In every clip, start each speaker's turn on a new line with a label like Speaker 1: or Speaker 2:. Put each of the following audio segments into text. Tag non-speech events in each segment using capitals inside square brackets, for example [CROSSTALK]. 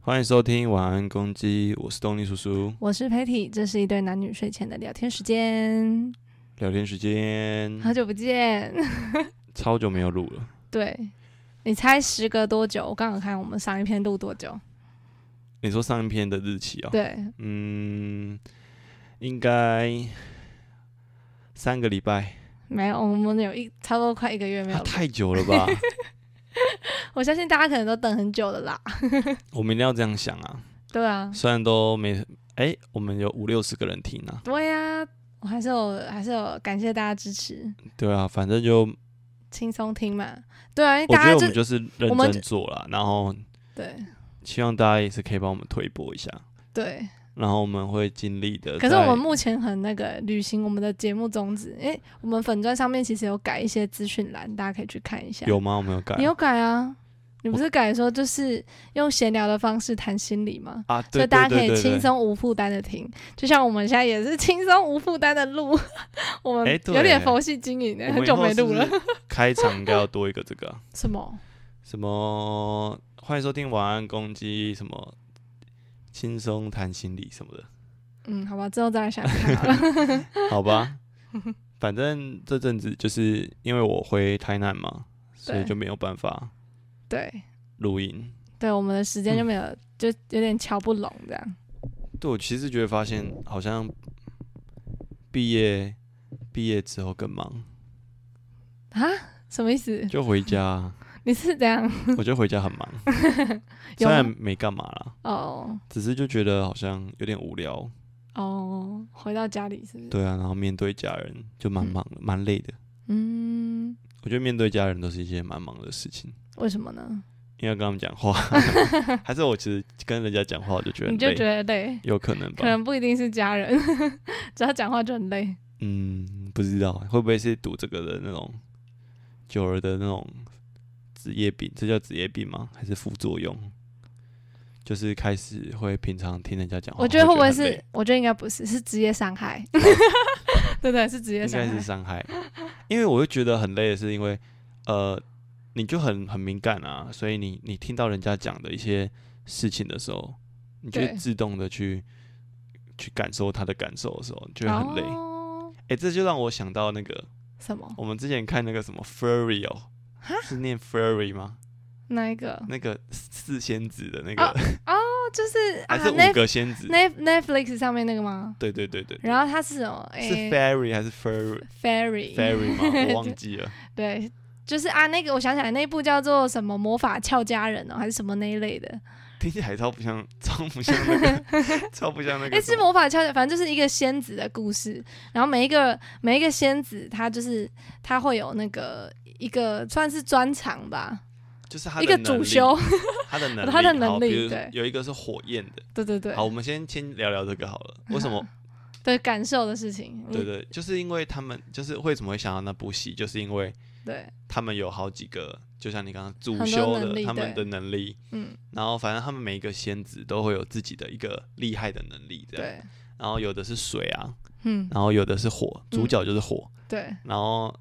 Speaker 1: 欢迎收听晚安公鸡，我是东尼叔叔。
Speaker 2: 我是 Patty，这是一对男女睡前的聊天时间，
Speaker 1: 聊天时间
Speaker 2: 好久不见。 [LAUGHS]
Speaker 1: 超久没有录了，
Speaker 2: 对，你猜时隔多久？我刚刚看我们上一篇录多久？
Speaker 1: 哦你说上一篇的日期啊、哦？
Speaker 2: 对，
Speaker 1: 嗯，应该三个礼拜，
Speaker 2: 没有，我们有一差不多快一个月没有
Speaker 1: 啊、
Speaker 2: 录。
Speaker 1: 太久了
Speaker 2: [LAUGHS]
Speaker 1: 吧？
Speaker 2: 我相信大家可能都等很久了啦。 [LAUGHS]
Speaker 1: 我们一定要这样想啊！
Speaker 2: 对啊，
Speaker 1: 虽然都没，哎、我们有五六十个人听啊。
Speaker 2: 对啊，我还是有还是有感谢大家支持，
Speaker 1: 对啊，反正就
Speaker 2: 轻松听嘛。对啊，因为
Speaker 1: 我
Speaker 2: 大
Speaker 1: 觉得
Speaker 2: 家
Speaker 1: 我
Speaker 2: 就
Speaker 1: 们就是认
Speaker 2: 我们
Speaker 1: 真做了，然后
Speaker 2: 对
Speaker 1: 希望大家也是可以帮我们推播一下，
Speaker 2: 对，
Speaker 1: 然后我们会尽力的。
Speaker 2: 可是我们目前很那个履行我们的节目宗旨，因为我们粉钻上面其实有改一些资讯栏，大家可以去看一下。
Speaker 1: 有吗？我们有改
Speaker 2: 你有改啊？你不是改说就是用闲聊的方式谈心理吗？
Speaker 1: 啊？
Speaker 2: 所
Speaker 1: 对
Speaker 2: 以大
Speaker 1: 对
Speaker 2: 家
Speaker 1: 对
Speaker 2: 可以
Speaker 1: 对
Speaker 2: 轻
Speaker 1: 对。
Speaker 2: 松无负担的听，就像我们现在也是轻松无负担的录， [LAUGHS] 我
Speaker 1: 哎
Speaker 2: 们
Speaker 1: 对
Speaker 2: 有点佛系经营
Speaker 1: 我
Speaker 2: [LAUGHS] 的，
Speaker 1: 们
Speaker 2: 很久没录了
Speaker 1: 以。后是不是 [LAUGHS] 开场应该要多一个这个啊、
Speaker 2: 什么？
Speaker 1: 什么欢迎收听晚安公鸡，什么轻松谈心理什么的，
Speaker 2: 嗯，好吧，之后再来想看
Speaker 1: [LAUGHS]
Speaker 2: 好了。
Speaker 1: 好
Speaker 2: [LAUGHS]
Speaker 1: 吧？反正这阵子就是因为我回台南嘛，所以
Speaker 2: 对
Speaker 1: 就没有办法
Speaker 2: 对
Speaker 1: 录音。
Speaker 2: 对，我们的时间就没有，就有点瞧不拢这样。
Speaker 1: 对我其实觉得发现好像毕业毕业之后更忙，
Speaker 2: 什么意思？
Speaker 1: 就回
Speaker 2: [LAUGHS]
Speaker 1: 家，
Speaker 2: 你是这样？
Speaker 1: 我就回家很忙，
Speaker 2: [LAUGHS]
Speaker 1: 虽
Speaker 2: 有吗
Speaker 1: 然没干嘛啦，
Speaker 2: 哦
Speaker 1: 只是就觉得好像有点无聊。
Speaker 2: 哦，回到家里是不是？
Speaker 1: 对啊，然后面对家人就蛮忙的，蛮累的。
Speaker 2: 嗯，
Speaker 1: 我觉得面对家人都是一件蛮忙的事情。
Speaker 2: 为什么呢？
Speaker 1: 因为要跟他们讲
Speaker 2: [LAUGHS]
Speaker 1: 话，还是我其实跟人家讲话，我就觉得
Speaker 2: 你
Speaker 1: 很
Speaker 2: 就
Speaker 1: 累
Speaker 2: 觉得累？
Speaker 1: 有可能
Speaker 2: 可
Speaker 1: 吧？
Speaker 2: 能不一定是家人， [LAUGHS] 只要讲话就很累。
Speaker 1: 嗯，不知道会不会是读这个的那种久了的那种职业病，这叫职业病吗？还是副作用？就是开始会平常听人家讲话，
Speaker 2: 我觉得会不会
Speaker 1: 很
Speaker 2: 是
Speaker 1: 累？哦
Speaker 2: 我觉得应该不是，是职业伤害。 [LAUGHS] 对不对，是职业
Speaker 1: 应
Speaker 2: 伤
Speaker 1: 该是
Speaker 2: 害。
Speaker 1: 伤害，因为我会觉得很累，的是因为呃，你就很很敏感啊，所以你你听到人家讲的一些事情的时候，你就会
Speaker 2: 对
Speaker 1: 自动的去去感受他的感受的时候，你就会很累。哎、
Speaker 2: 哦、
Speaker 1: 这就让我想到那个
Speaker 2: 什么？
Speaker 1: 我们之前看那个什么 Furry 哦，是念 Furry 吗？
Speaker 2: 那一个？
Speaker 1: 那个四仙子的那个，
Speaker 2: 哦，就是啊
Speaker 1: 还是五
Speaker 2: ，Net
Speaker 1: 个仙子？
Speaker 2: Net Netflix 上面那个吗？
Speaker 1: 对对对对对
Speaker 2: 然后它是什么？
Speaker 1: 是
Speaker 2: 诶
Speaker 1: Fairy 还是 Furry？Fairy
Speaker 2: Fairy。 [LAUGHS]
Speaker 1: 吗？我忘记了。
Speaker 2: 对，就是啊，那个我想起来，那部叫做什么魔法俏佳人哦，还是什么那一类的？
Speaker 1: 听起来超不像，超不像那
Speaker 2: [LAUGHS]
Speaker 1: 个，超不像那个
Speaker 2: 诶，是
Speaker 1: 什么。
Speaker 2: 魔法俏佳，反正就是一个仙子的故事。然后每一个每一个仙子，她就是她会有那个一个算是专长吧，
Speaker 1: 就是他的
Speaker 2: 一个
Speaker 1: 能
Speaker 2: 主
Speaker 1: 力
Speaker 2: 修，。
Speaker 1: 他的能力，
Speaker 2: [LAUGHS] 他的能
Speaker 1: 好
Speaker 2: 力
Speaker 1: 比如
Speaker 2: 对
Speaker 1: 有一个是火焰的。
Speaker 2: 对对对
Speaker 1: 好，，我们先先聊聊这个好了。
Speaker 2: [LAUGHS]
Speaker 1: 为什么？
Speaker 2: 对感受的事情。
Speaker 1: 对
Speaker 2: 嗯
Speaker 1: 对，就是因为他们就是为什么会想到那部戏，就是因为
Speaker 2: 对，
Speaker 1: 他们有好几个，就像你刚刚主
Speaker 2: 很多
Speaker 1: 修
Speaker 2: 能
Speaker 1: 的
Speaker 2: 力
Speaker 1: 他们的
Speaker 2: 对
Speaker 1: 能力，
Speaker 2: 嗯，
Speaker 1: 然后反正他们每一个仙子都会有自己的一个厉害的能力，这样。
Speaker 2: 对，
Speaker 1: 然后有的是水啊，
Speaker 2: 嗯，
Speaker 1: 然后有的是火，主
Speaker 2: 嗯
Speaker 1: 角就是火，
Speaker 2: 对。
Speaker 1: 然后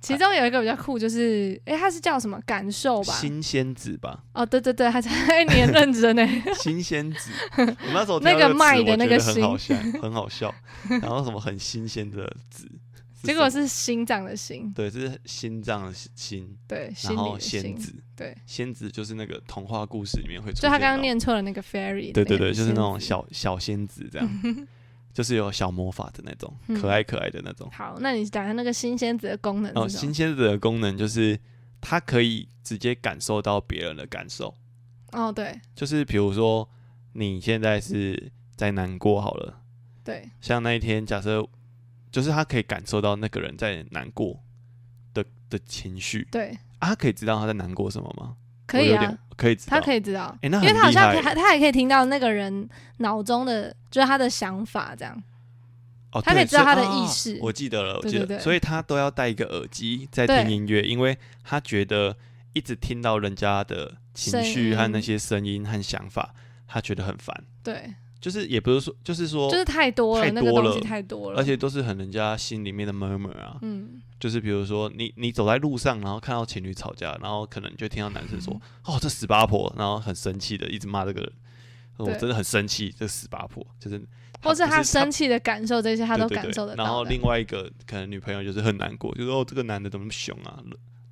Speaker 2: 其中有一个比较酷，就是诶，它是叫什么感受吧？
Speaker 1: 新仙子吧，
Speaker 2: 哦，对对对，还是哎，你很认
Speaker 1: [LAUGHS]
Speaker 2: 真呢。
Speaker 1: 新鲜
Speaker 2: [LAUGHS]
Speaker 1: 子，我那时候听
Speaker 2: 那
Speaker 1: 到
Speaker 2: 个
Speaker 1: 这词
Speaker 2: 卖的
Speaker 1: 我
Speaker 2: 那
Speaker 1: 觉
Speaker 2: 个
Speaker 1: 得很
Speaker 2: 心
Speaker 1: 好笑，很好笑。然后什么很新鲜的子，是
Speaker 2: 结
Speaker 1: 什
Speaker 2: 果
Speaker 1: 么
Speaker 2: 是心脏的心，
Speaker 1: 对，是心脏的心，
Speaker 2: 对，心
Speaker 1: 然
Speaker 2: 里
Speaker 1: 后
Speaker 2: 的
Speaker 1: 仙
Speaker 2: 心，
Speaker 1: 子，
Speaker 2: 对，
Speaker 1: 仙子就是那个童话故事里面会出
Speaker 2: 就
Speaker 1: 现
Speaker 2: 他
Speaker 1: 的，
Speaker 2: 刚刚念错了那个 fairy，
Speaker 1: 对对对，就是那种
Speaker 2: 仙子。
Speaker 1: 小小仙子这样，
Speaker 2: [LAUGHS]
Speaker 1: 就是有小魔法的那种，
Speaker 2: 嗯
Speaker 1: 可爱可爱的那种。
Speaker 2: 好，那你讲下那个新仙子的哦功能
Speaker 1: 然后
Speaker 2: 是什
Speaker 1: 哦新
Speaker 2: 么？
Speaker 1: 仙子的功能就是它可以直接感受到别人的感受，
Speaker 2: 哦，对
Speaker 1: 就是比如说你现在是在难过好了。
Speaker 2: 对，
Speaker 1: 像那一天，假设就是他可以感受到那个人在难过的的情绪
Speaker 2: 对，
Speaker 1: 啊，他可以知道他在难过什么吗？
Speaker 2: 可以
Speaker 1: 我有点
Speaker 2: 啊，
Speaker 1: 可以知道。
Speaker 2: 他可以知道，
Speaker 1: 诶那
Speaker 2: 因为
Speaker 1: 很
Speaker 2: 他好像
Speaker 1: 厉害
Speaker 2: 他他也可以听到那个人脑中的，就是他的想法这样。
Speaker 1: 哦，
Speaker 2: 他可以
Speaker 1: 对
Speaker 2: 知道他的
Speaker 1: 所以
Speaker 2: 意识
Speaker 1: 啊我记得了，我
Speaker 2: 对
Speaker 1: 记得，
Speaker 2: 对对
Speaker 1: 所以他都要戴一个耳机在听
Speaker 2: 对
Speaker 1: 音乐，因为他觉得一直听到人家的情
Speaker 2: 声
Speaker 1: 绪
Speaker 2: 音
Speaker 1: 和那些声音和想法，他觉得很烦。
Speaker 2: 对，
Speaker 1: 就是也不是说，就是说，
Speaker 2: 就是太多了，
Speaker 1: 太
Speaker 2: 那个
Speaker 1: 多
Speaker 2: 东西
Speaker 1: 了
Speaker 2: 太多了。
Speaker 1: 而且都是很人家心里面的 murmur 啊，
Speaker 2: 嗯，
Speaker 1: 就是比如说你你走在路上，然后看到情
Speaker 2: 嗯
Speaker 1: 侣吵架，然后可能你就听到男生说：“哦，这死八婆！”然后很生气的一直骂这个人，我
Speaker 2: 对
Speaker 1: 真的很生气，这死八婆就是，
Speaker 2: 或是
Speaker 1: 他
Speaker 2: 他
Speaker 1: 就是他
Speaker 2: 生气的感受，这些他
Speaker 1: 对
Speaker 2: 都
Speaker 1: 对
Speaker 2: 感
Speaker 1: 对
Speaker 2: 受得到的。
Speaker 1: 然后另外一个可能女朋友就是很难过，就是哦这个男的怎么那么凶啊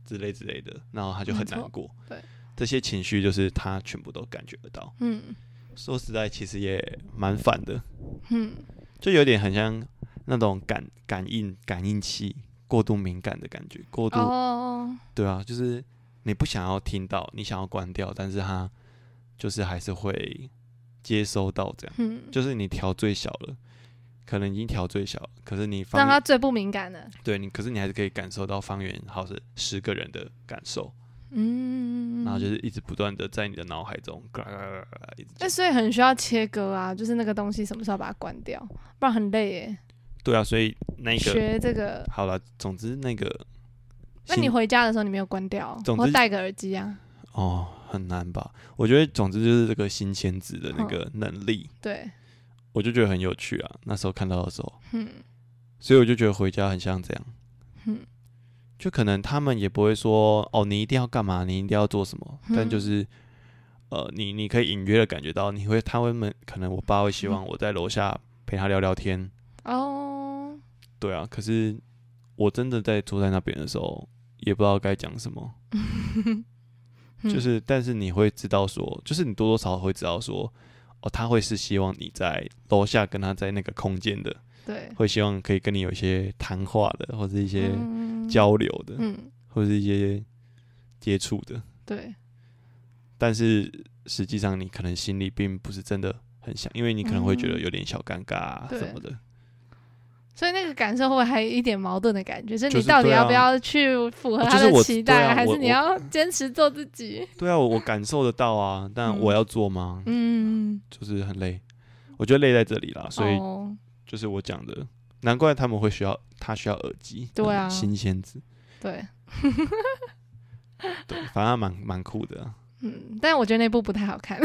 Speaker 1: 之类之类的，然后他就
Speaker 2: 没
Speaker 1: 很
Speaker 2: 错
Speaker 1: 难过。
Speaker 2: 对，
Speaker 1: 这些情绪就是他全部都感觉得到。
Speaker 2: 嗯
Speaker 1: 说实在，其实也蛮烦的，
Speaker 2: 嗯，
Speaker 1: 就有点很像那种感感应感应器过度敏感的感觉，过度、
Speaker 2: 哦，
Speaker 1: 对啊，就是你不想要听到，你想要关掉，但是它就是还是会接收到这样。
Speaker 2: 嗯，
Speaker 1: 就是你调最小了，可能已经调最小了，可是你
Speaker 2: 让
Speaker 1: 方
Speaker 2: 他
Speaker 1: 圆
Speaker 2: 最不敏感的，
Speaker 1: 对你，可是你还是可以感受到方圆好是十个人的感受，
Speaker 2: 嗯，
Speaker 1: 然后就是一直不断的在你的脑海中，嘎嘎嘎嘎嘎一直
Speaker 2: 哎、
Speaker 1: 讲
Speaker 2: 所以很需要切割啊，就是那个东西什么时候把它关掉，不然很累耶。
Speaker 1: 对啊，所以那个
Speaker 2: 学这个，
Speaker 1: 好了，总之那个
Speaker 2: 那
Speaker 1: 心
Speaker 2: 你回家的时候你没有关掉，
Speaker 1: 总
Speaker 2: 我
Speaker 1: 之
Speaker 2: 戴个耳机啊。
Speaker 1: 哦，很难吧？我觉得，总之就是这个新签子的
Speaker 2: 嗯
Speaker 1: 那个能力，
Speaker 2: 对，
Speaker 1: 我就觉得很有趣啊。那时候看到的时候，
Speaker 2: 嗯
Speaker 1: 所以我就觉得回家很像这样，
Speaker 2: 嗯
Speaker 1: 就可能他们也不会说哦，你一定要干嘛，你一定要做什么，但就
Speaker 2: 嗯
Speaker 1: 是。呃，你你可以隐约的感觉到，你会他会们可能我爸会希望我在楼下陪他聊聊天，
Speaker 2: 哦，
Speaker 1: 对啊。可是我真的在坐在那边的时候，也不知道该讲什么，
Speaker 2: 嗯
Speaker 1: 就是，但是你会知道说，就是你多多少少会知道说，哦，他会是希望你在楼下跟他在那个空间的，
Speaker 2: 对，
Speaker 1: 会希望可以跟你有一些谈话的，或者一些
Speaker 2: 嗯
Speaker 1: 交流的，
Speaker 2: 嗯，
Speaker 1: 或者一些接触的。
Speaker 2: 对，
Speaker 1: 但是实际上，你可能心里并不是真的很想，因为你可能会觉得
Speaker 2: 嗯
Speaker 1: 有点小尴尬、啊
Speaker 2: 对
Speaker 1: 什么的。
Speaker 2: 所以那个感受会不会还有一点矛盾的感觉，就是
Speaker 1: 就
Speaker 2: 你
Speaker 1: 是
Speaker 2: 到底
Speaker 1: 对啊
Speaker 2: 要不要去符合
Speaker 1: 哦
Speaker 2: 他
Speaker 1: 就是
Speaker 2: 的
Speaker 1: 我
Speaker 2: 期
Speaker 1: 对
Speaker 2: 待，
Speaker 1: 啊
Speaker 2: 还
Speaker 1: 我
Speaker 2: 是你
Speaker 1: 我
Speaker 2: 要坚持做自己？
Speaker 1: 对啊，我我感受得到啊，但
Speaker 2: 嗯
Speaker 1: 我要做吗？
Speaker 2: 嗯，
Speaker 1: 就是很累，我觉得累在这里啦，所以
Speaker 2: 哦、
Speaker 1: 就是我讲的，难怪他们会需要他需要耳机，
Speaker 2: 对
Speaker 1: 嗯
Speaker 2: 啊
Speaker 1: 新鲜子，
Speaker 2: 对，
Speaker 1: 对，反正蛮蛮酷的啊、
Speaker 2: 嗯，但我觉得那部不太好看，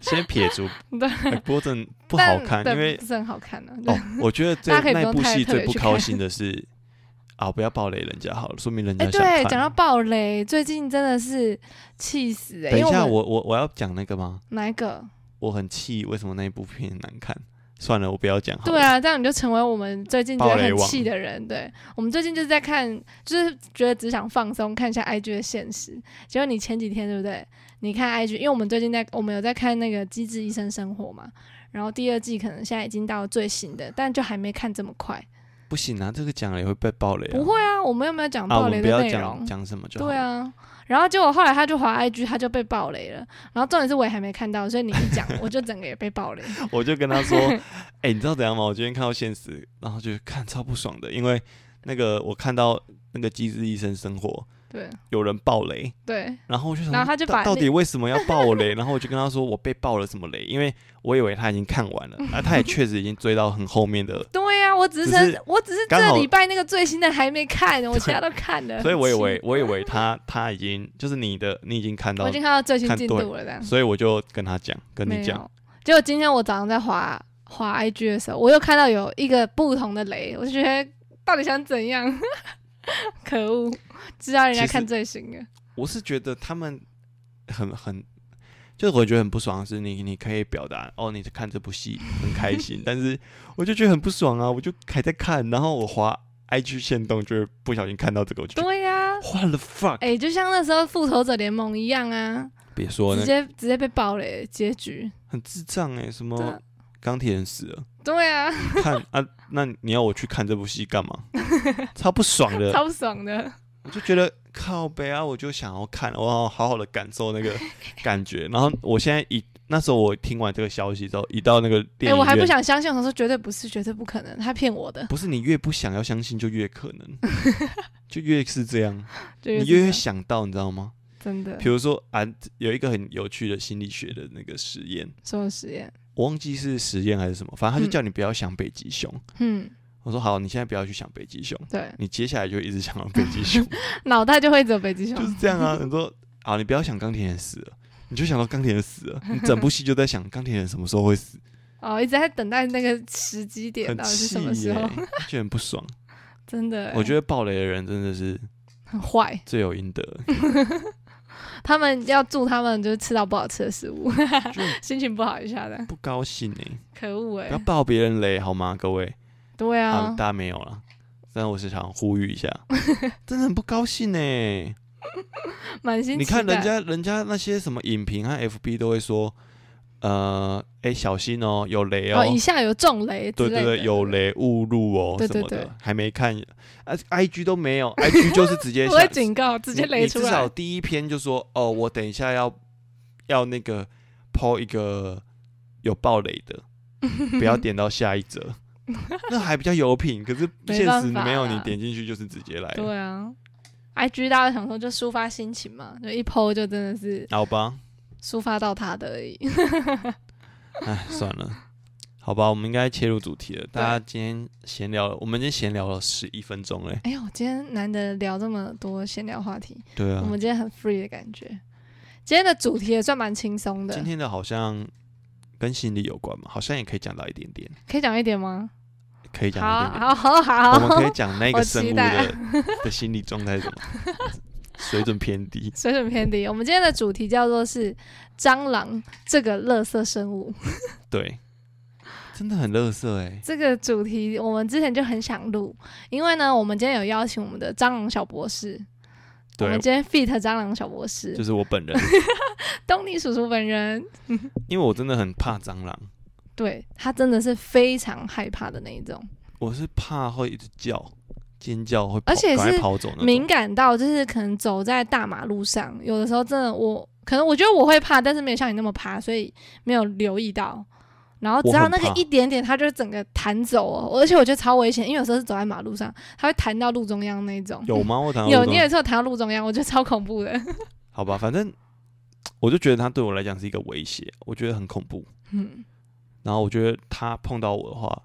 Speaker 1: 先撇除，
Speaker 2: [LAUGHS] 对
Speaker 1: 哎不过真的不
Speaker 2: [LAUGHS] 不
Speaker 1: 好看，
Speaker 2: 对
Speaker 1: 因为
Speaker 2: 不是很好看啊的、
Speaker 1: 哦，我觉得
Speaker 2: 大
Speaker 1: 这
Speaker 2: 家可以不
Speaker 1: 那
Speaker 2: 用
Speaker 1: 部
Speaker 2: 太
Speaker 1: 戏
Speaker 2: 特
Speaker 1: 最
Speaker 2: 别
Speaker 1: 不
Speaker 2: 去
Speaker 1: 高
Speaker 2: 看
Speaker 1: 兴的是啊，不要暴雷人家好了，说明人
Speaker 2: 哎、
Speaker 1: 家想
Speaker 2: 对，
Speaker 1: 看。啊
Speaker 2: 讲到暴雷，最近真的是气死哎、
Speaker 1: 等
Speaker 2: 因
Speaker 1: 一
Speaker 2: 为
Speaker 1: 下，
Speaker 2: 们
Speaker 1: 我我我要讲那个吗？
Speaker 2: 哪一个？
Speaker 1: 我很气，为什么那部片难看？算了，我不要讲好了。
Speaker 2: 对，啊，这样你就成为我们最近觉
Speaker 1: 暴
Speaker 2: 得
Speaker 1: 雷
Speaker 2: 很
Speaker 1: 王
Speaker 2: 气的人。对，我们最近就是在看，就是觉得只想放松，看一下 IG 的现实。结果你前几天对不对？你看 IG，因为我们最近在我们有在看那个《机智医生生活》嘛，然后第二季可能现在已经到最新的，但就还没看这么快。
Speaker 1: 不行啊，这个讲了也会被暴雷、啊。
Speaker 2: 不会啊，我们又没有讲
Speaker 1: 啊，
Speaker 2: 暴
Speaker 1: 我
Speaker 2: 雷
Speaker 1: 们不
Speaker 2: 的
Speaker 1: 要
Speaker 2: 内容。
Speaker 1: 讲讲什么就好。
Speaker 2: 对，啊，然后结果后来他就滑 IG，他就被爆雷了。然后重点是我也还没看到，所以你一讲，我就整个也被爆雷。
Speaker 1: 我就跟他
Speaker 2: [LAUGHS]
Speaker 1: 说，哎、你知道怎样吗？我今天看到现实，然后就看超不爽的，因为那个我看到那个《机智医生生活》
Speaker 2: 对
Speaker 1: 有人暴雷，
Speaker 2: 对，
Speaker 1: 然后我就想说，
Speaker 2: 然后他就
Speaker 1: 到
Speaker 2: 把
Speaker 1: 到
Speaker 2: 那
Speaker 1: 底为什么要爆我雷？然 [LAUGHS] 后我就跟他说我被爆了什么雷，因为我以为他已经看完
Speaker 2: [LAUGHS]
Speaker 1: 了，啊，他也确实已经追到很后面的，
Speaker 2: 对呀、我只是
Speaker 1: 只是
Speaker 2: 我只是
Speaker 1: 刚
Speaker 2: 这
Speaker 1: 好
Speaker 2: 礼拜那个最新的还
Speaker 1: [LAUGHS]
Speaker 2: 没看，我其他都看了。
Speaker 1: 所以我以
Speaker 2: 很 [LAUGHS]
Speaker 1: 为
Speaker 2: 气
Speaker 1: 我以为他他已经就是你的你已经看
Speaker 2: 我
Speaker 1: 到
Speaker 2: 已，经看到最新
Speaker 1: 看
Speaker 2: 进
Speaker 1: 对
Speaker 2: 度了，这样
Speaker 1: 所以我就跟他讲，跟
Speaker 2: 没
Speaker 1: 你讲，
Speaker 2: 有。结果今天我早上在滑滑 IG 的时候，我又看到有一个不同的雷，我就觉得到底想怎样？ [LAUGHS] 可恶，知道人家
Speaker 1: 其实
Speaker 2: 看最新的。
Speaker 1: 我是觉得他们很很。就是我觉得很不爽的是你，你可以表达哦，你看这部戏很开心， [LAUGHS] 但是我就觉得很不爽啊，我就还在看，然后我滑 IG 线动，就会不小心看到这个，我就觉得
Speaker 2: 对呀、
Speaker 1: what the fuck，
Speaker 2: 哎、就像那时候《复仇者联盟》一样啊。
Speaker 1: 别说
Speaker 2: 直
Speaker 1: 那
Speaker 2: 接直接被爆雷，结局。
Speaker 1: 很智障哎、什
Speaker 2: 真
Speaker 1: 么
Speaker 2: 的
Speaker 1: 钢铁人死了，
Speaker 2: 对啊，
Speaker 1: 看啊，那你要我去看这部戏干嘛？超不爽的，
Speaker 2: 超不爽的。
Speaker 1: 我就觉得靠北啊，我就想要看，我要好好的感受那个
Speaker 2: [LAUGHS]
Speaker 1: 感觉。然后我现在一那时候我听完这个消息之后，一到那个
Speaker 2: 哎、
Speaker 1: 电影院，
Speaker 2: 我还不想相信，我说绝对不是，绝对不可能，他骗我的。
Speaker 1: 不是你越不想要相信，就越可
Speaker 2: [LAUGHS]
Speaker 1: 能，就越是这样，
Speaker 2: 就
Speaker 1: 你
Speaker 2: 是这
Speaker 1: 越会
Speaker 2: 样
Speaker 1: 想到，你知道吗？
Speaker 2: 真的
Speaker 1: 比如说啊，有一个很有趣的心理学的那个实验，
Speaker 2: 什么实验？
Speaker 1: 我忘记是实验还是什么，反正他就
Speaker 2: 嗯
Speaker 1: 叫你不要想北极熊。
Speaker 2: 嗯，
Speaker 1: 我说好，你现在不要去想北极熊，
Speaker 2: 对，
Speaker 1: 你接下来就一直想到北极熊，
Speaker 2: 脑袋就会走北极熊
Speaker 1: 就。是这样啊。 [LAUGHS] 你说好，你不要想钢铁人死了，你就想到钢铁人死
Speaker 2: [LAUGHS]
Speaker 1: 了，你整部戏就在想钢铁人什么时候会死，
Speaker 2: 哦，一直在等待那个时机点
Speaker 1: 很
Speaker 2: 到底是
Speaker 1: 气
Speaker 2: 什么时
Speaker 1: 耶
Speaker 2: 候？，
Speaker 1: 就很不
Speaker 2: [LAUGHS]
Speaker 1: 爽。
Speaker 2: 真的欸，
Speaker 1: 我觉
Speaker 2: 得
Speaker 1: 得暴雷的人真的是
Speaker 2: 很坏。
Speaker 1: 罪有应得，
Speaker 2: 他们要祝他们就是吃到不好吃的食物， [LAUGHS]
Speaker 1: 就
Speaker 2: 心情不好一下的，
Speaker 1: 不高兴
Speaker 2: [LAUGHS]
Speaker 1: 哎、
Speaker 2: 可恶哎、
Speaker 1: 不要爆别人雷好吗，各位？
Speaker 2: 对
Speaker 1: 啊，
Speaker 2: 啊，
Speaker 1: 大家没有了，但我是想呼吁一
Speaker 2: [LAUGHS]
Speaker 1: 下，真的很不高兴哎、
Speaker 2: 满心
Speaker 1: 你
Speaker 2: 期
Speaker 1: 看人
Speaker 2: 待
Speaker 1: 家人家那些什么影评和 FB 都会说，呃，哎、小心哦、有雷哦、
Speaker 2: 哦，以下有重雷之
Speaker 1: 对
Speaker 2: 类的，
Speaker 1: 对对，有雷误入哦、
Speaker 2: 对
Speaker 1: 什
Speaker 2: 对
Speaker 1: 么
Speaker 2: 对
Speaker 1: 的，还没看，啊，IG 都没有，IG 就是直
Speaker 2: [LAUGHS]
Speaker 1: 接
Speaker 2: 我会
Speaker 1: 想
Speaker 2: 警告，直接
Speaker 1: 你
Speaker 2: 雷
Speaker 1: 你
Speaker 2: 出
Speaker 1: 至少
Speaker 2: 来，
Speaker 1: 第一篇就说哦，我等一下要要那个抛一个有暴雷
Speaker 2: [LAUGHS]
Speaker 1: 的，不要点到下一则，那还比较有品。可是
Speaker 2: 没
Speaker 1: 现
Speaker 2: 办
Speaker 1: 实
Speaker 2: 法
Speaker 1: 没有，
Speaker 2: 啦
Speaker 1: 你点进去就是直接来了，
Speaker 2: 对啊。I G 大家想说就抒发心情嘛，就一 PO 就真的是
Speaker 1: 好吧？
Speaker 2: 抒发到他的而已。
Speaker 1: 哎，算了，好吧，我们应该切入主题了。大家今天闲聊了，我们今天闲聊了十一分钟嘞。
Speaker 2: 哎呦，今天难得聊这么多闲聊话题，
Speaker 1: 对啊
Speaker 2: 我，们今天很 free 的感觉。今天的主题也算蛮轻松的
Speaker 1: 今，天的好像跟心理有关嘛，好像也可以讲到一点点，
Speaker 2: 可以讲一点吗？
Speaker 1: 可以讲到一点点。
Speaker 2: 好，好，好，
Speaker 1: 我们可以
Speaker 2: [LAUGHS] 好，
Speaker 1: 讲那个
Speaker 2: 我
Speaker 1: 生
Speaker 2: 期
Speaker 1: 物
Speaker 2: 待
Speaker 1: 的的心理状态是什么，水准偏低。
Speaker 2: 水准偏低。我们今天的主题叫做是蟑螂这个垃圾生物。 [LAUGHS]
Speaker 1: 对，真的很乐色哎。
Speaker 2: 这个主题我们之前就很想录，因为呢，我们今天有邀请我们的蟑螂小博士，我
Speaker 1: 对
Speaker 2: 们，今天 fit 蟑螂小博士，
Speaker 1: 就是我本
Speaker 2: [LAUGHS]
Speaker 1: 人，
Speaker 2: 东尼叔叔本人，
Speaker 1: 因为我真的很怕蟑螂，
Speaker 2: 对他真的是非常害怕的那一种。
Speaker 1: 我是怕会一直叫尖叫会跑，
Speaker 2: 而且
Speaker 1: 赶快
Speaker 2: 是
Speaker 1: 跑走那种。
Speaker 2: 敏感到就是可能走在大马路上，有的时候真的我可能我觉得我会怕，但是没有像你那么怕，所以没有留意到。然后只要那
Speaker 1: 我
Speaker 2: 个
Speaker 1: 很怕
Speaker 2: 一点点，它就整个弹走哦，而且我觉得超危险，因为有时候是走在马路上，它会弹到路中央那种。
Speaker 1: 有吗？我躺
Speaker 2: 有，你也是有弹到路中央，我觉得超恐怖的。 [LAUGHS]
Speaker 1: 好吧，反正我就觉得它对我来讲是一个威胁，我觉得很恐怖。
Speaker 2: 嗯，
Speaker 1: 然后我觉得它碰到我的话，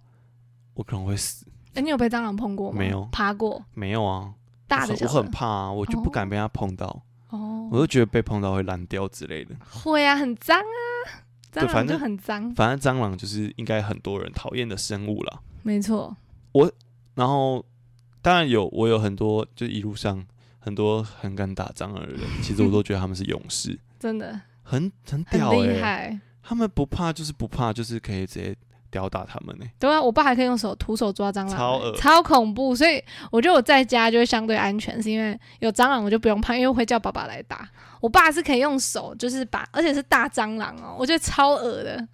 Speaker 1: 我可能会死。
Speaker 2: 哎，你有被蟑螂碰过吗？
Speaker 1: 没有
Speaker 2: 爬过
Speaker 1: 没有啊，
Speaker 2: 大的哦
Speaker 1: 我
Speaker 2: 小
Speaker 1: 很
Speaker 2: 的
Speaker 1: 我很怕啊，我就不敢被它碰到，我
Speaker 2: 哦，
Speaker 1: 就觉得被碰到会烂掉之类的。
Speaker 2: 会啊，很脏啊，
Speaker 1: 对
Speaker 2: 蟑螂
Speaker 1: 反
Speaker 2: 就
Speaker 1: 正
Speaker 2: 很脏，
Speaker 1: 反正蟑螂就是应该很多人讨厌的生物啦。
Speaker 2: 没错，
Speaker 1: 然后当然有我有很多，就一路上很多很敢打蟑螂的人，其实我都觉得他们是勇士，
Speaker 2: 真的
Speaker 1: 很很
Speaker 2: 很
Speaker 1: 屌哎、
Speaker 2: 厉害。
Speaker 1: 他们不怕就是不怕，就是可以直接吊打他们呢、欸
Speaker 2: 对啊，我爸还可以用手徒手抓蟑螂欸，
Speaker 1: 超恶
Speaker 2: 超恐怖。所以我觉得我在家就会相对安全，是因为有蟑螂我就不用怕，因为我会叫爸爸来打。我爸是可以用手，就是把，而且是大蟑螂哦，我觉得超恶的。